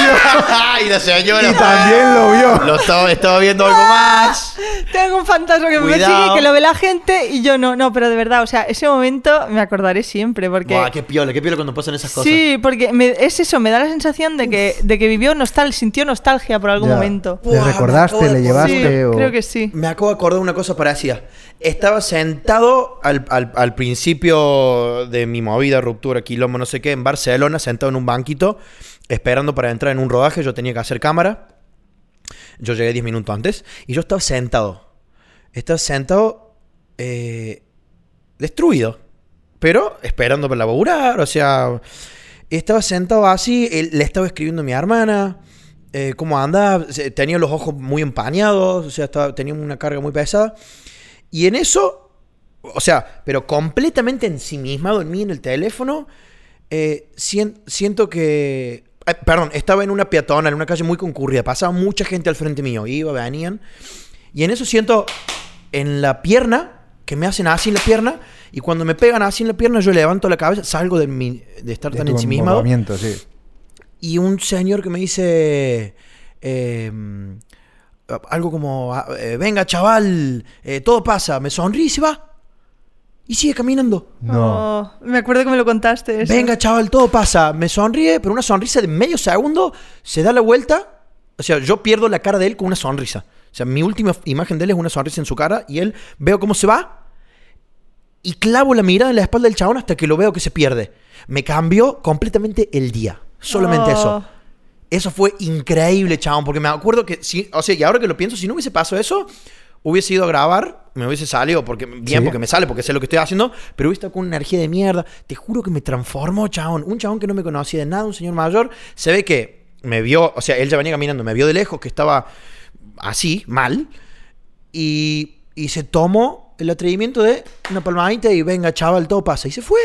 Ay, la señora. y también lo vio. Lo estaba, estaba viendo algo más. Tengo un fantasma que me Cuidado. persigue, que lo ve la gente y yo no, no, pero de verdad, o sea, ese momento me acordaré siempre porque... Buah, qué piola, qué piola cuando pasan esas cosas. Sí, porque me- es eso, me da la sensación de que, de que vivió nostalgia, sintió nostalgia por algún Ya. momento. ¿Le Buah, me acabo recordaste? de ¿Le acordar. Sí, llevaste? o- creo que sí. Me acabo de acordar una cosa parecida. Estaba sentado al, al- al principio de mi movida, ruptura, quilombo, no sé qué, en Barcelona, sentado en un banquito, esperando para entrar en un rodaje. Yo tenía que hacer cámara. Yo llegué 10 minutos antes y yo estaba sentado. Estaba sentado eh, destruido, pero esperando para laburar, o sea... Estaba sentado así, él- le estaba escribiendo a mi hermana, eh, cómo andaba, se- tenía los ojos muy empañados, o sea, estaba, tenía una carga muy pesada. Y en eso, o sea, pero completamente ensimismado en mí, en el teléfono, eh, sien- siento que... eh, perdón, estaba en una peatona, en una calle muy concurrida, pasaba mucha gente al frente mío, iba, venían. Y en eso siento en la pierna, que me hacen así en la pierna, y cuando me pegan así en la pierna, yo levanto la cabeza, salgo de, mi, de estar de tan tu ensimismado. embobamiento, sí. Y un señor que me dice eh, algo como, ah, eh, venga chaval, eh, todo pasa, me sonríe y se va. Y sigue caminando. No. Oh, me acuerdo que me lo contaste. eso. Venga chaval, todo pasa, me sonríe, pero una sonrisa de medio segundo, se da la vuelta. O sea, yo pierdo la cara de él con una sonrisa. O sea, mi última f- imagen de él es una sonrisa en su cara y él veo cómo se va y clavo la mirada en la espalda del chabón hasta que lo veo que se pierde. Me cambió completamente el día. Solamente Oh. eso. Eso fue increíble, chabón, porque me acuerdo que, si, o sea, y ahora que lo pienso, si no hubiese pasado eso, hubiese ido a grabar, me hubiese salido, porque, bien, Sí. porque me sale, porque sé lo que estoy haciendo, pero hubiese estado con una energía de mierda. Te juro que me transformó, chabón. Un chabón que no me conocía de nada, un señor mayor, se ve que me vio, o sea, él ya venía caminando, me vio de lejos, que estaba así, mal, y, y se tomó el atrevimiento de una palmadita y venga, chaval, todo pasa. Y se fue.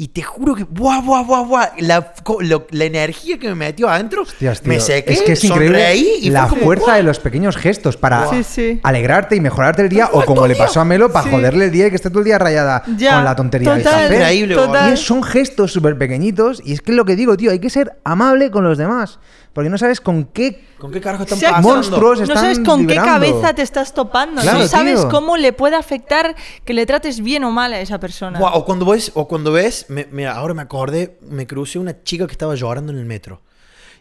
Y te juro que, guau, guau, guau, guau, la, co- lo- la energía que me metió adentro, Hostias, tío. me sequé, es que es increíble sonreí y la fue como, fuerza guau. de los pequeños gestos para Sí, sí. alegrarte y mejorarte el Pues día o como le pasó a Melo para Sí. joderle el día y que esté todo el día rayada Ya, con la tontería del total, café. Increíble, boludo. total. Y es- son gestos súper pequeñitos y es que es lo que digo, tío, hay que ser amable con los demás porque no sabes con qué ¿Con qué carajo están Se ha- pasando? monstruos No están sabes con qué vibrando. cabeza te estás topando, Claro, no sabes tío. cómo le puede afectar que le trates bien o mal a esa persona. Guau, o cuando ves, o cuando ves me- mira, ahora me acordé, me crucé una chica que estaba llorando en el metro.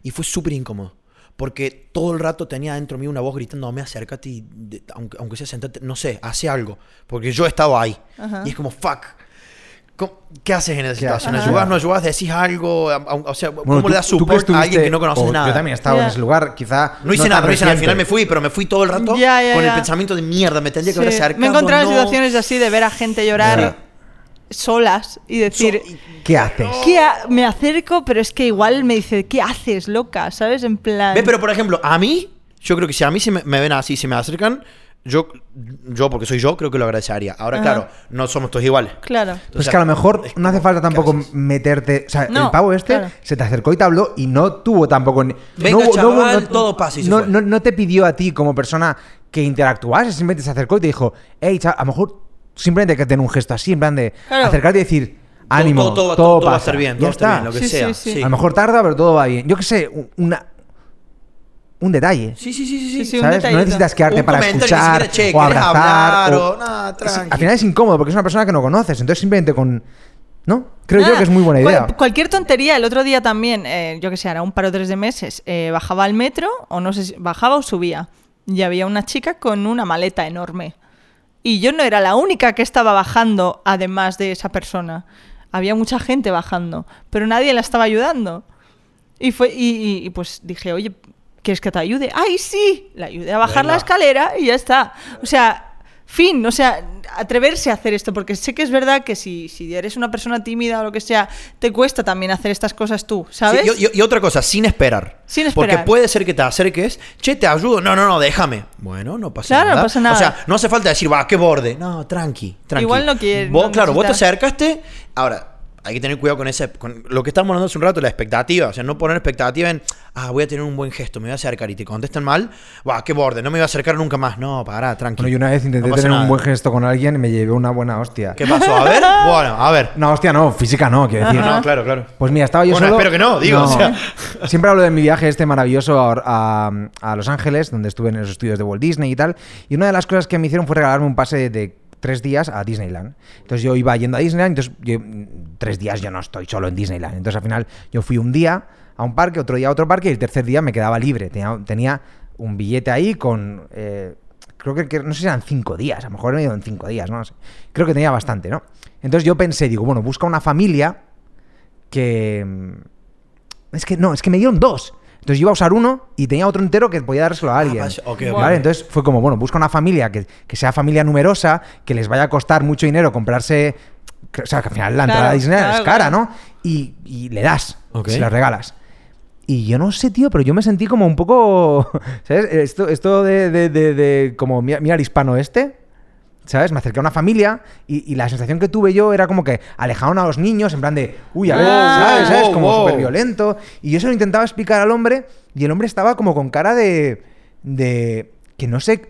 Y fue súper incómodo. Porque todo el rato tenía dentro mío una voz gritando, me acércate y de- aunque, aunque sea sentate, no sé, hace algo. Porque yo he estado ahí. Ajá. Y es como, fuck. ¿Cómo- ¿Qué haces en esa Claro. situación? Ajá. ¿Ayudas, no ayudas? ¿Decís algo? Am- am- O sea, ¿cómo Bueno, le tú- das tú support a alguien estuviste- que no conoces o nada? Yo también estaba en Ya. ese lugar, quizá. No hice tan nada, no hice nada. Al reciente. final me fui, pero me fui todo el rato Ya, ya, con el ya. pensamiento de mierda. Me tendría que haber Sí. acercado. Me he encontrado en no. situaciones así de ver a gente llorar Ya. solas y decir, So- ¿Qué haces? "¿Qué ha- me acerco, pero es que igual me dice, ¿qué haces, loca? ¿Sabes? En plan... Ve, pero por ejemplo, a mí, yo creo que si a mí se me, me ven así, se me acercan, Yo, yo, porque soy yo, creo que lo agradecería. Ahora, Ajá. claro, no somos todos iguales. Claro. Pues que a lo mejor no hace falta tampoco meterte. O sea, el No, pavo este claro. se te acercó y te habló y no tuvo tampoco. ni- Venga, no, hubo- chaval, no hubo- no- todo pasa y se no, fue. no- no te pidió a ti como persona que interactuases, simplemente se acercó y te dijo, hey, chaval, a lo mejor simplemente que tener un gesto así, en plan de Claro. acercarte y decir, Todo- ánimo, todo- todo, todo- todo va a pasa". estar bien, Ya todo va a estar está. bien, lo que Sí, sea. sí, sí. Sí. A lo mejor tarda, pero todo va bien. Yo qué sé, un- una, un detalle. Sí, sí, sí, sí. sí. Sí, sí, ¿Sabes? un No detallito. necesitas quedarte Un para comentario, ni escuchar siquiera, che, o ¿quieres hablar abrazar. o- o- Nah, Es- tranqui. al final es incómodo porque es una persona que no conoces. Entonces simplemente con... ¿No? Creo yo Ah, que es muy buena cual- idea. cualquier tontería. El otro día también, eh, yo que sé, era un par o tres de meses, eh, bajaba al metro, o no sé si bajaba o subía, y había una chica con una maleta enorme. Y yo no era la única que estaba bajando, además de esa persona. Había mucha gente bajando, pero nadie la estaba ayudando. Y, fue, y, y- y pues dije, oye, ¿quieres que te ayude? ¡Ay, sí! La ayudé a bajar Venga. la escalera y ya está. O sea, fin, o sea, atreverse a hacer esto, porque sé que es verdad que si, si eres una persona tímida o lo que sea, te cuesta también hacer estas cosas tú, ¿sabes? Sí, y, y- y otra cosa, sin esperar. Sin Porque esperar. puede ser que te acerques, che, te ayudo. No, no, no, déjame. Bueno, no pasa Claro, nada. no pasa nada. O sea, no hace falta decir, va, qué borde. No, tranqui, tranqui. Igual no quiere- Vos, no claro, vos te necesita. acercaste. Ahora, hay que tener cuidado con ese, con lo que estábamos hablando hace un rato, la expectativa. O sea, no poner expectativa en, ah, voy a tener un buen gesto, me voy a acercar y te contestan mal, va, qué borde, no me voy a acercar nunca más. No, pará, tranqui. Bueno, yo una vez intenté No pasa tener un nada. buen gesto con alguien y me llevé una buena hostia. ¿Qué pasó? A ver, bueno, a ver. No, hostia no, física no, quiero decir. No, no, claro, claro. Pues mira, estaba yo Bueno, solo. espero que no, digo, o sea. Siempre hablo de mi viaje este maravilloso a, a- a Los Ángeles, donde estuve en los estudios de Walt Disney y tal. Y una de las cosas que me hicieron fue regalarme un pase de tres días a Disneyland. Entonces yo iba yendo a Disneyland, entonces yo- mm, tres días yo no estoy solo en Disneyland. Entonces al final yo fui un día a un parque, otro día a otro parque y el tercer día me quedaba libre. Tenía, tenía un billete ahí con... eh, creo que, que- no sé si eran cinco días, a lo mejor he ido en cinco días, no lo sé. Creo que tenía bastante, ¿no? Entonces yo pensé, digo, bueno, busca una familia que... mm, Es que no, es que me dieron dos. Entonces yo iba a usar uno y tenía otro entero que podía dárselo a alguien. vaya, Ah, ok, ok, ¿Vale? ok. Entonces fue como, bueno, busca una familia que, que sea familia numerosa, que les vaya a costar mucho dinero comprarse... que- O sea, que al final la Claro, entrada a Disney es claro, cara, claro. ¿no? Y, y le das, Ok. se la regalas. Y yo no sé, tío, pero yo me sentí como un poco... ¿Sabes? Esto, esto de, de, de- de como mira, mira el hispano este. ¿Sabes? Me acerqué a una familia y, y la sensación que tuve yo era como que alejaron a los niños en plan de, uy, a ver, Wow, ¿sabes? ¿sabes? Ah, wow, Como wow. súper violento. Y yo se lo intentaba explicar al hombre y el hombre estaba como con cara de. de. que no sé.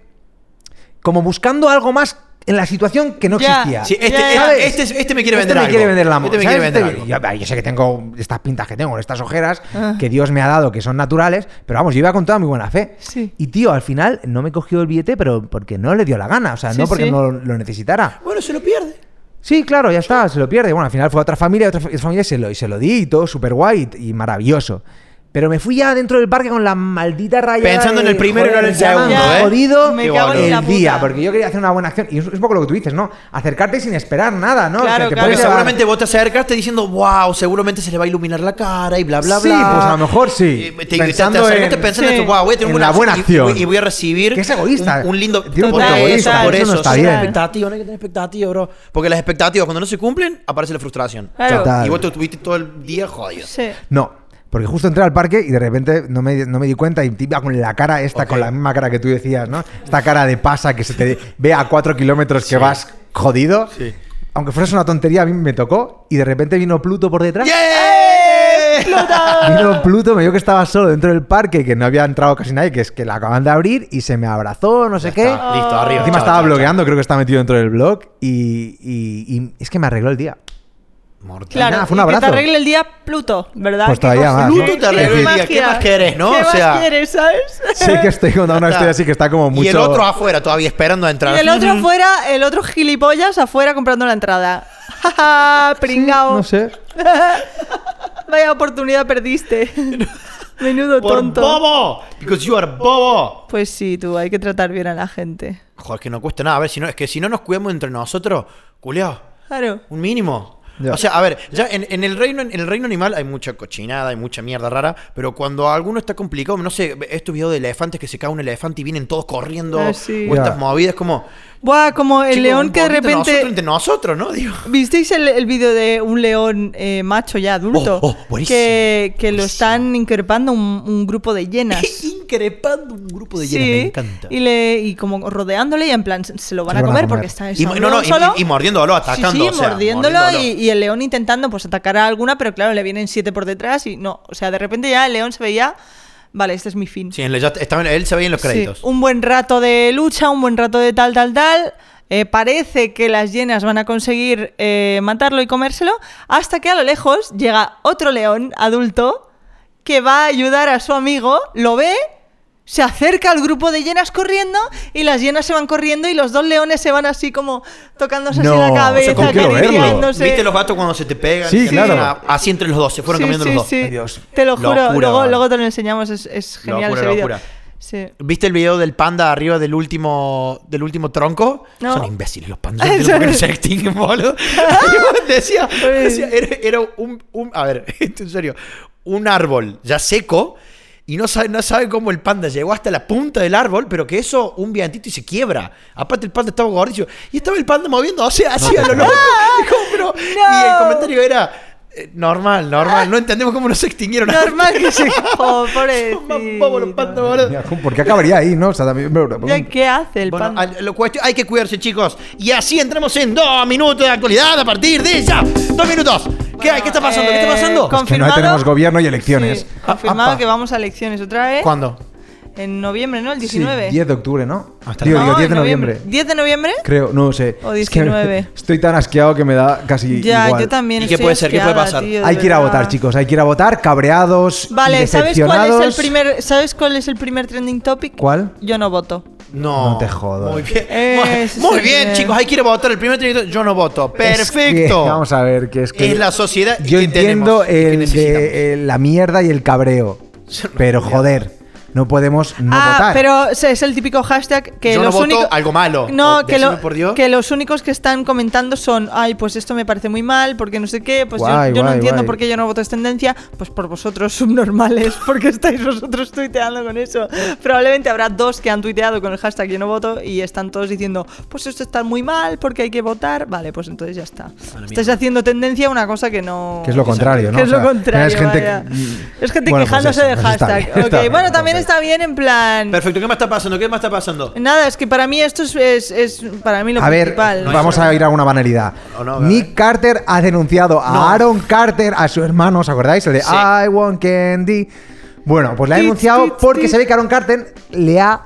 como buscando algo más en la situación que no Ya. existía. Sí, este, Ya, ya. ah, ¿Sabes? este, es- este me quiere vender este algo. me quiere vender la Este me quiere vender algo. Yo, yo sé que tengo estas pintas que tengo, estas ojeras Ah. que Dios me ha dado, que son naturales, pero vamos, yo iba con toda mi buena fe. Sí. Y tío, al final no me cogió el billete, pero porque no le dio la gana, o sea, Sí, no porque sí. no lo necesitara. Bueno, se lo pierde. Sí, claro, ya está, se lo pierde. Bueno, al final fue a otra familia, otra fa- familia y se lo, y se lo di y todo súper guay y, y maravilloso. Pero me fui ya dentro del parque con la maldita raya. Pensando en el primero y no en el segundo, ¿eh? Jodido Me cago en el la puta. día, porque yo quería hacer una buena acción. Y es es un poco lo que tú dices, ¿no? Acercarte sin esperar nada, ¿no? O sea, Claro, te claro. Porque puedes llevar- seguramente vos te acercaste diciendo, wow, seguramente se le va a iluminar la cara y bla, bla, Sí, bla. pues a lo mejor sí. Y te, Pensando te acercaste en- pensando en Sí. esto, wow, voy a tener En una la buena y- acción. Y, voy a recibir. Que es egoísta. Un, un lindo. Tiene un punto Total, egoísta, por eso eso. no está sí, bien. expectativa, no hay que tener expectativa, bro. Porque las expectativas, cuando no se cumplen, aparece la frustración. Claro. Total. Y vos te tuviste todo el día jodido. Sí. No, porque justo entré al parque y de repente no me, no me di cuenta y iba con la cara esta, Ok. con la misma cara que tú decías, ¿no? Esta cara de pasa que se te ve a cuatro kilómetros que vas jodido. Sí. Aunque fuese una tontería, a mí me tocó y de repente vino Pluto por detrás. ¡Eh! ¡Yeah! Vino Pluto, me vio que estaba solo dentro del parque, que no había entrado casi nadie, que es que la acaban de abrir y se me abrazó, no sé qué. Está, listo, arriba. Encima chao, estaba chao, bloqueando, creo que está metido dentro del blog y, y- y es que me arregló el día. chao. Mortal. Claro, nada, fue un y que abrazo. te arregle el día Pluto, ¿verdad? Pues ¿Qué todavía cosa? más, Pluto ¿Qué- te arregle qué el día, ¿qué más quieres, no? ¿Qué O sea- más quieres, sabes? Sé que estoy contando una Está. historia así que está como mucho... Y el otro afuera, todavía esperando a entrar. Y el otro afuera, el otro gilipollas afuera comprando la entrada. Jaja, Pringao. No sé. Vaya oportunidad perdiste. Menudo Por tonto. bobo. Because you are bobo. Pues sí, tú, hay que tratar bien a la gente. Joder, que no cuesta nada. A ver, si no, es que si no nos cuidamos entre nosotros, culiao, Claro. un mínimo. Ya. O sea, a ver, ya en, en el reino, en el reino animal hay mucha cochinada, hay mucha mierda rara, pero cuando alguno está complicado, no sé, estos videos de elefantes que se cae un elefante y vienen todos corriendo, Ah, sí. o Ya. estas movidas como. Buah, como el chicos, león un que de poquito Nosotros, repente. entre nosotros, ¿no? Digo. ¿Visteis el, el vídeo de un león eh, macho ya adulto? Oh, oh, buenísimo, que, que lo buenísimo. están increpando un, un grupo de hienas. increpando un grupo de hienas, me encanta. Y, le, y como rodeándole y en plan se lo van, Se a, lo van comer a comer. porque está Y, está no, no, león y, solo. y mordiéndolo, Sí, atacando. sí, o sea, mordiéndolo, mordiéndolo. Y, y el león intentando pues atacar a alguna, pero claro, le vienen siete por detrás y no. O sea, de repente ya el león se veía, vale, este es mi fin. Sí, en el- ya estaba- él se veía en los Sí, créditos. un buen rato de lucha, un buen rato de tal, tal, tal. Eh, parece que las hienas van a conseguir eh, matarlo y comérselo, hasta que a lo lejos llega otro león adulto que va a ayudar a su amigo, lo ve, se acerca al grupo de hienas corriendo y las hienas se van corriendo y los dos leones se van así como tocándose No, así la o sea, cabeza, ¿cómo quiero verlo? acariciándose. ¿Viste los gatos cuando se te pegan? Sí, Y empiezan claro. a- así entre los dos, se fueron Sí, cambiando sí, los dos. sí. Dios. Te lo juro, Locura, luego, vale. luego te lo enseñamos, es, es genial Locura, ese vídeo. locura. Sí. ¿Viste el video del panda arriba del último del último tronco? No. Son imbéciles los pandas. Yo no sé acting, boludo. Yo decía, decía, era, era un, un- A ver, esto en serio. Un árbol ya seco y no sabe, no sabe cómo el panda llegó hasta la punta del árbol, pero que eso un vientito y se quiebra. Aparte el panda estaba gordito y estaba el panda moviendo, o sea, así a lo loco. Y como, pero- Y el No. comentario era... eh, Normal, normal. No entendemos cómo no se extinguieron. Normal que se... Oh, Son más bobos los pandas, pobrecito. boludo. ¿Por qué acabaría ahí, no? O sea, también- Ya, ¿Qué hace el Bueno, panda? al- lo cuestión- hay que cuidarse, chicos. Y así entramos en dos minutos de actualidad a partir de ya. Dos minutos. ¿Qué, hay? ¿Qué está pasando? ¿Qué está eh, pasando? con- que no ahí confirmado. tenemos gobierno y elecciones. Sí, confirmado apa. que vamos a elecciones otra vez. ¿Cuándo? En noviembre, ¿no? El Sí, 19. 10 de octubre, ¿no? Hasta digo, No, digo, 10 de en noviembre. ¿10 de noviembre? Creo, no sé. O Es que 19. estoy tan asqueado que me da casi Ya, igual. yo también. ¿Y qué estoy puede ser? ¿Qué puede asqueada, pasar? tío, de Hay que ir a verdad. votar, chicos. Hay que ir a votar cabreados, Vale, ¿sabes cuál es el decepcionados. primer, ¿sabes cuál es el primer trending topic? ¿Cuál? Yo no voto. No. No te jodas. Muy bien. Eh, sí, Muy muy sí, bien, bien. chicos. Hay que ir a votar el primer trayecto. Yo no voto. Es que, Perfecto. vamos a ver, que es que... Es la sociedad yo que entiendo tenemos y que el necesitamos. de, eh, la mierda y el cabreo. Pero joder, no podemos no ah, votar. pero se- es el típico hashtag que Yo no los voto, únicos algo malo. No, O que, lo- decime por Dios. que los únicos que están comentando son, ay, pues esto me parece muy mal, porque no sé qué, pues yo- Guay, yo, no guay, entiendo guay. por qué yo no voto es tendencia, pues por vosotros subnormales, porque estáis vosotros tuiteando con eso. Probablemente habrá dos que han tuiteado con el hashtag yo no voto y están todos diciendo, pues esto está muy mal, porque hay que votar. Vale, pues entonces ya está. Estáis haciendo tendencia a una cosa que no... Que es lo contrario, ¿no? Que es O sea, lo contrario, es gente vaya. que- Es gente Bueno, pues quejándose eso, de pues está hashtag. bien, está Ok, bien, bueno, entonces. también está bien en plan... Perfecto. ¿Qué más está pasando? ¿Qué más está pasando? Nada, es que para mí esto es, es- es para mí lo a ver, principal. no hay vamos problema. a ir a una banalidad. O no, Nick Carter ha denunciado a No. Aaron Carter, a su hermano, ¿os acordáis? El de Sí. I want candy. Bueno, pues le ha Tits, denunciado tits, porque tits. se ve que Aaron Carter le ha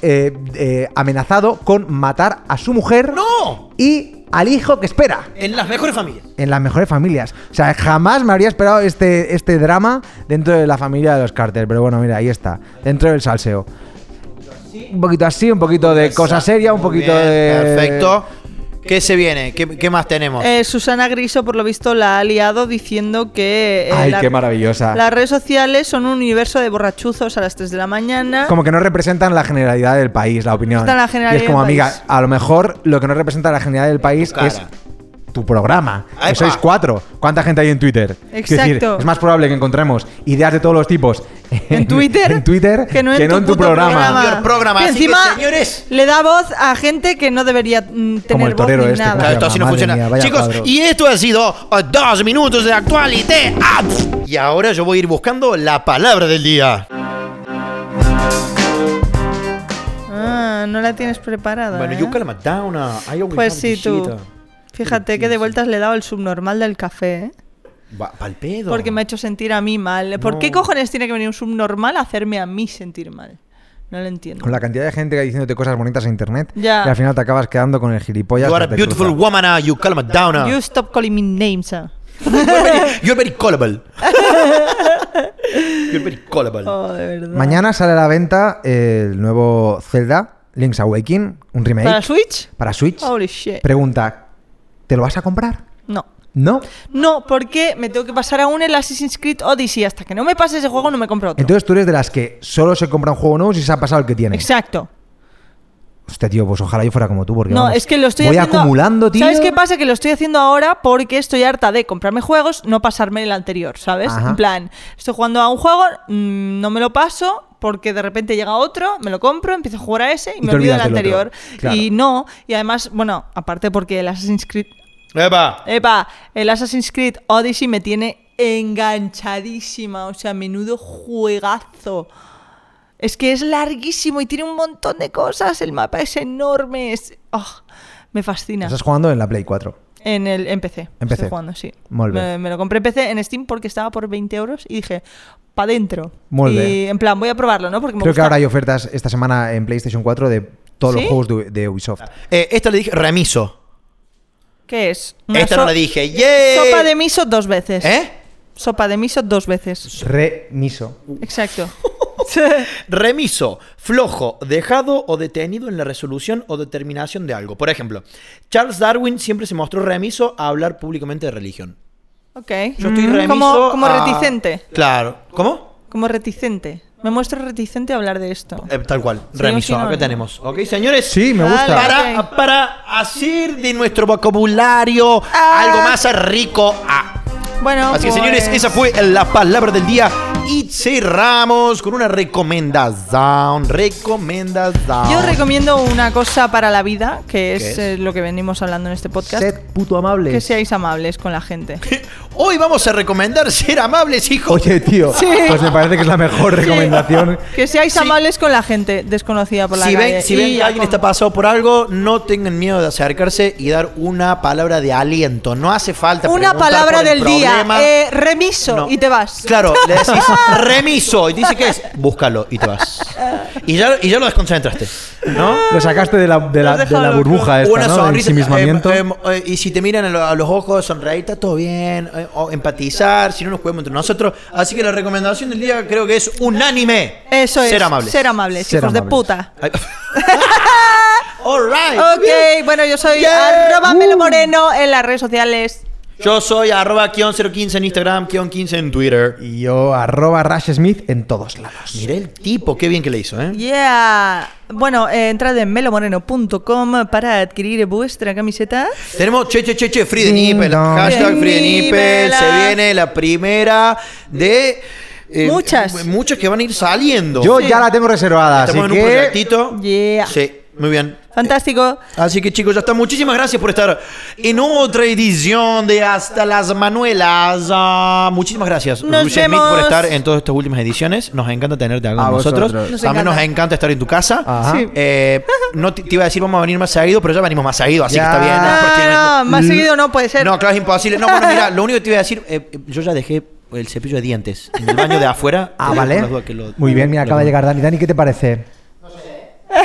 eh, eh, amenazado con matar a su mujer ¡No! y al hijo que espera. En las mejores familias. En las mejores familias. O sea, jamás me habría esperado este, este drama dentro de la familia de los Carter. Pero bueno, mira, ahí está. Dentro del salseo. Un poquito así, un poquito de cosa seria, un Muy poquito bien, de. Perfecto. ¿Qué se viene? ¿Qué, qué más tenemos? Eh, Susana Griso, por lo visto, la ha liado diciendo que. eh, Ay, la- qué maravillosa. Las redes sociales son un universo de borrachuzos a las 3 de la mañana. Como que no representan la generalidad del país, la opinión. Representan la y generalidad es como, del amiga, país. a lo mejor lo que no representa la generalidad del país cara. es tu programa. Que Epa. sois cuatro. ¿Cuánta gente hay en Twitter? Quiero Exacto. es más probable que encontremos ideas de todos los tipos en Twitter, en Twitter que no en tu, tu puto Señor programa, Que así que, encima señores. le da voz a gente que no debería mm, tener el voz torero ni este, nada. Claro, esto así no Madre funciona. mía, vaya Chicos, cuadro. y esto ha sido eh, dos minutos de actualidad. Ah, pf. Y ahora yo voy a ir buscando la palabra del día. Ah, no la tienes preparada. ¿eh? uh, Pues sí, tú. Fíjate que de vueltas le he dado el subnormal del café, ¿eh? Pal pedo. Porque me ha hecho sentir a mí mal. ¿Por qué No. cojones tiene que venir un subnormal a hacerme a mí sentir mal? No lo entiendo. Con la cantidad de gente que hay diciéndote cosas bonitas en internet. Ya. Y al final te acabas quedando con el gilipollas. You are a que te beautiful cruza. woman, ah, you calm it down. ah. You stop calling me names. ah. You're very- You're very callable. You're very callable. Oh, de verdad. Mañana sale a la venta el nuevo Zelda, Link's Awakening, un remake ¿Para para, Switch? Switch. Holy shit. Pregunta, ¿te lo vas a comprar? No. No. No, porque me tengo que pasar aún el Assassin's Creed Odyssey. Hasta que no me pase ese juego, no me compro otro. Entonces tú eres de las que solo se compra un juego nuevo si se ha pasado el que tiene. Exacto. Hostia, tío, pues ojalá yo fuera como tú, porque No, vamos, es que lo estoy voy haciendo. acumulando, tío. ¿Sabes qué pasa? Que lo estoy haciendo ahora porque estoy harta de comprarme juegos, no pasarme el anterior, ¿sabes? Ajá. En plan, estoy jugando a un juego, mm, no me lo paso porque de repente llega otro, me lo compro, empiezo a jugar a ese y, Y me te olvido del olvidas del anterior. otro, claro. Y no, y además, bueno, aparte porque el Assassin's Creed. Epa. Epa, el Assassin's Creed Odyssey me tiene enganchadísima, o sea, menudo juegazo. Es que es larguísimo y tiene un montón de cosas. El mapa es enorme. Es... oh, me fascina. Estás jugando en la Play 4. En el en PC. En Estoy PC. jugando, sí. Molt bé. Me, me lo compré en PC en Steam porque estaba por 20 euros y dije, pa' dentro. Molt y bé. en plan, voy a probarlo, ¿no? Porque me Creo que gusta. ahora hay ofertas esta semana en PlayStation 4 de todos los ¿Sí? Ah, juegos de, de Ubisoft. Eh, esta le dije remiso. ¿Qué es? Esta no so- la dije. ¡Yay! Sopa de miso dos veces. ¿Eh? Sopa de miso dos veces. Remiso. Exacto. Remiso, flojo, dejado o detenido en la resolución o determinación de algo. Por ejemplo, Charles Darwin siempre se mostró remiso a hablar públicamente de religión. ok. Yo estoy Mm, remiso Como, como a- reticente. Claro. ¿Cómo? Como reticente. Me muestro reticente a hablar de esto. Eh, tal cual. Sí, Remiso. sí, no, Acá no. tenemos. ¿Ok, señores? Sí, me gusta. Vale. Para, Ok. para hacer de nuestro vocabulario Ah. algo más rico a... Bueno, Así que pues- señores, esa fue la palabra del día y cerramos con una recomendación. Recomendación. Yo recomiendo una cosa para la vida, que es, ¿Qué es? eh, lo que venimos hablando en este podcast. Sed puto amable. Que seáis amables con la gente. Hoy vamos a recomendar ser amables, hijo. Oye, tío, pues me parece que es la mejor recomendación. Que seáis Sí. amables con la gente desconocida por la si calle. ven, si Y ven que ya alguien con- está pasado por algo, no tengan miedo de acercarse y dar una palabra de aliento. No hace falta. Una preguntar palabra por el del día, problema. eh, remiso, No. y te vas. Claro, le decís remiso y te dice que es búscalo y te vas. Y ya, y ya lo desconcentraste, ¿no? Lo sacaste de la, de la, Nos deja de la loco. burbuja esta, Una ¿no? Del sonrisa. ensimismamiento. em, em, eh, y si te miran a, lo- a los ojos, sonreír, está todo bien. eh, o empatizar, si no nos cuidamos entre nosotros. Así que la recomendación del día creo que es unánime. Eso es. Ser amables. Ser amables, Ser hijos de amables. puta. Ay. All right. Ok, bueno, yo soy Yeah. Uh. arroba Melo Moreno en las redes sociales. Yo soy arroba guión 015 en Instagram, guión 15 en Twitter. Y yo, arroba Rash Smith en todos lados. Miré el tipo, qué bien que le hizo, ¿eh? Yeah. Bueno, eh, entrad en melomoreno.com para adquirir vuestra camiseta. Tenemos che, che, che, che, Free de Ding Nippel. dong. Hashtag Free de Free Nippel. Nippel. Se viene la primera de. eh, Muchas. Muchas que van a ir saliendo. Yo Sí. ya la tengo reservada, así Estamos en un que... proyectito. Yeah. Sí, muy bien. Fantástico. Así que chicos, ya está. Muchísimas gracias por estar en otra edición de Hasta las Manuelas. Ah, muchísimas gracias, Nos Rusia Smith, por vemos. estar en todas estas últimas ediciones. Nos encanta tenerte acá A con nosotros. vosotros. Nos También encanta. nos encanta estar en tu casa. Ajá. Sí. Eh, no te, te iba a decir vamos a venir más seguido, pero ya venimos más seguido, así Ya. que está bien. Ah, porque- No, más seguido no puede ser. no, claro, es imposible. No, bueno, mira, lo único que te iba a decir, eh, eh, yo ya dejé el cepillo de dientes en el baño de afuera. Te Ah, digo por vale. las dudas que lo- Muy bien, mira, lo- acaba de llegar Dani. Dani, ¿qué te parece?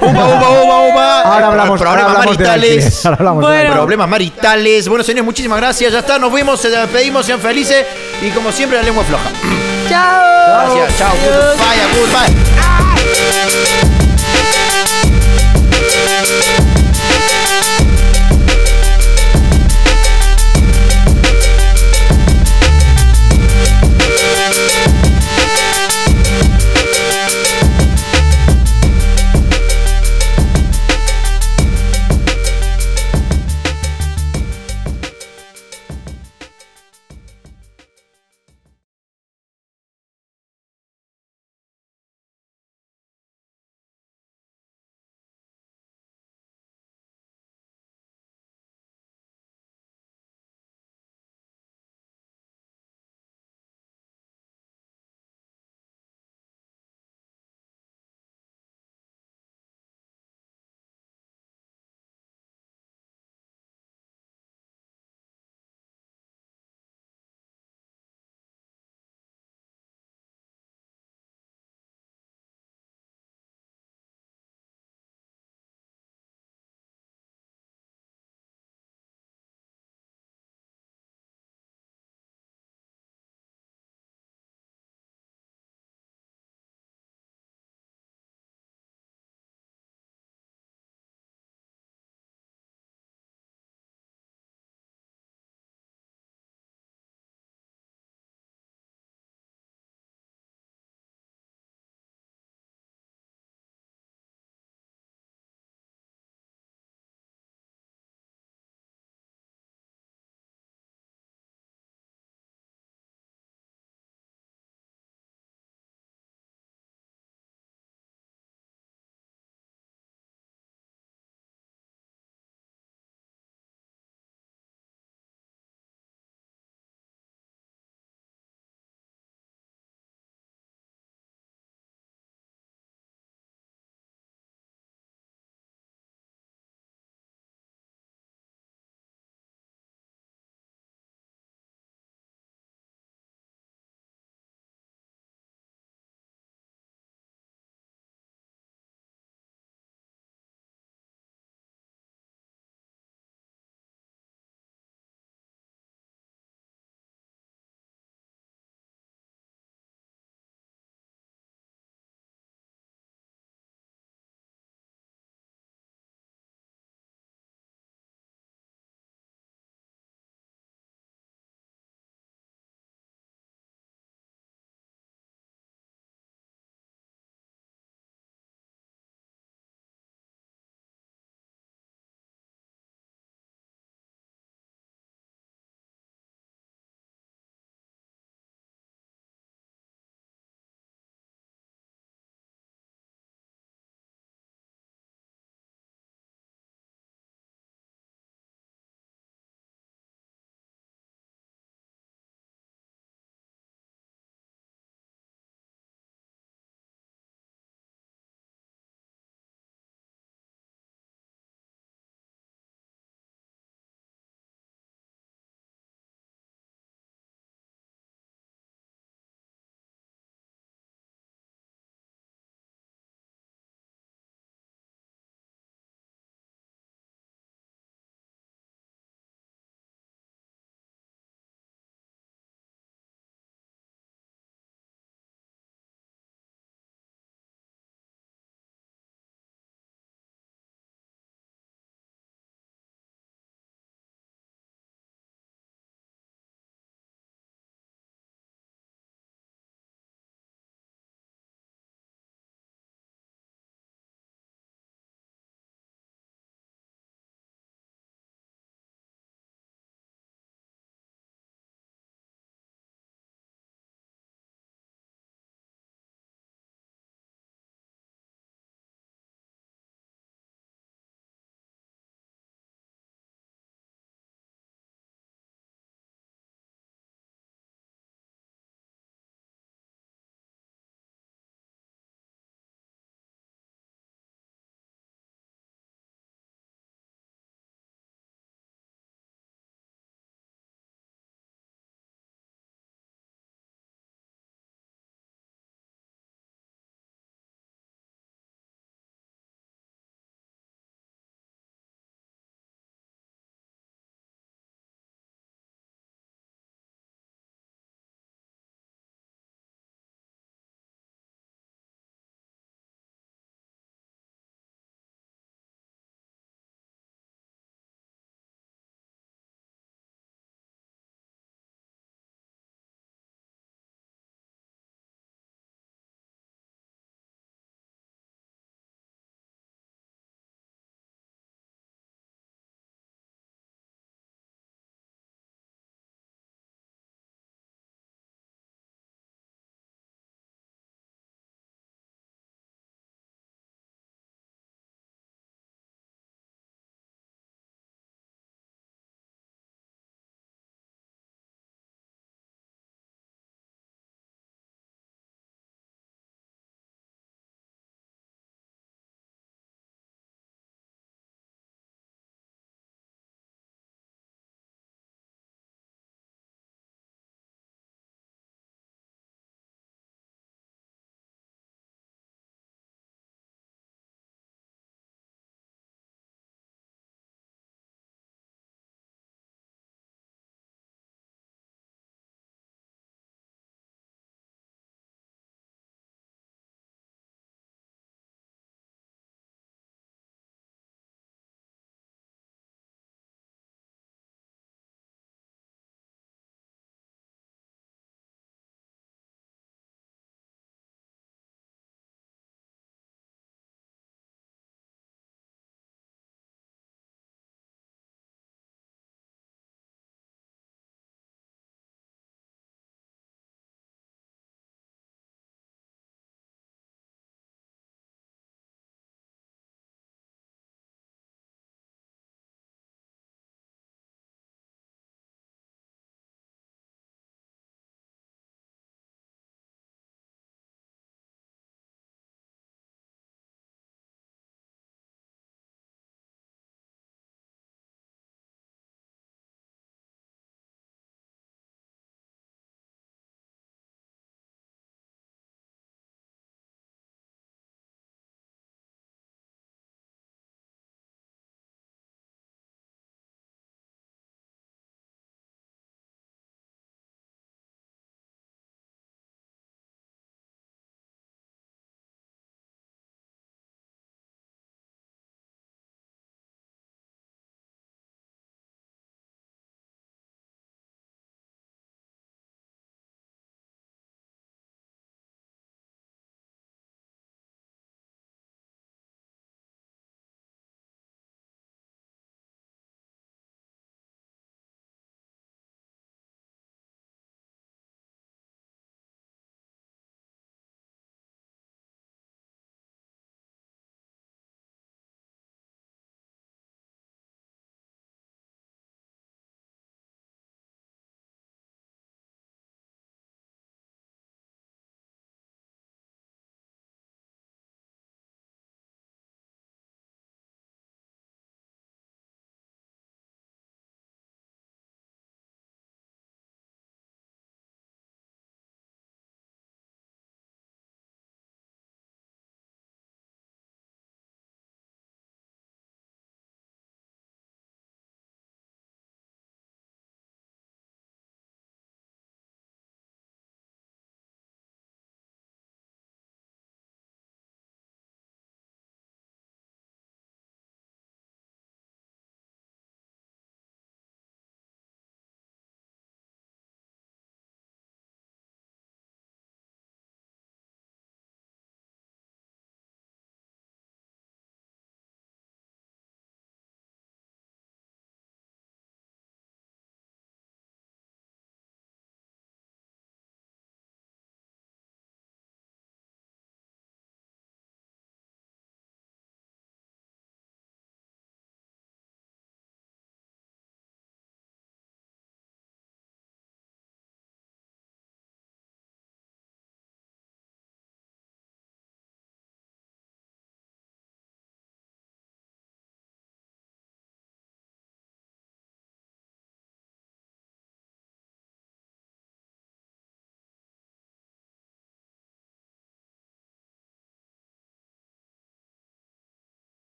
Upa, upa, upa, upa. Ahora hablamos, ahora Problemas hablamos de maritales. alquiler. Ahora hablamos de Bueno. alquiler. Problemas maritales. Bueno, señores, muchísimas gracias. Ya está, nos vimos, se despedimos, sean felices. Y como siempre, la lengua floja. Chao. Gracias, chao, Adiós. goodbye, goodbye.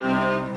Bye.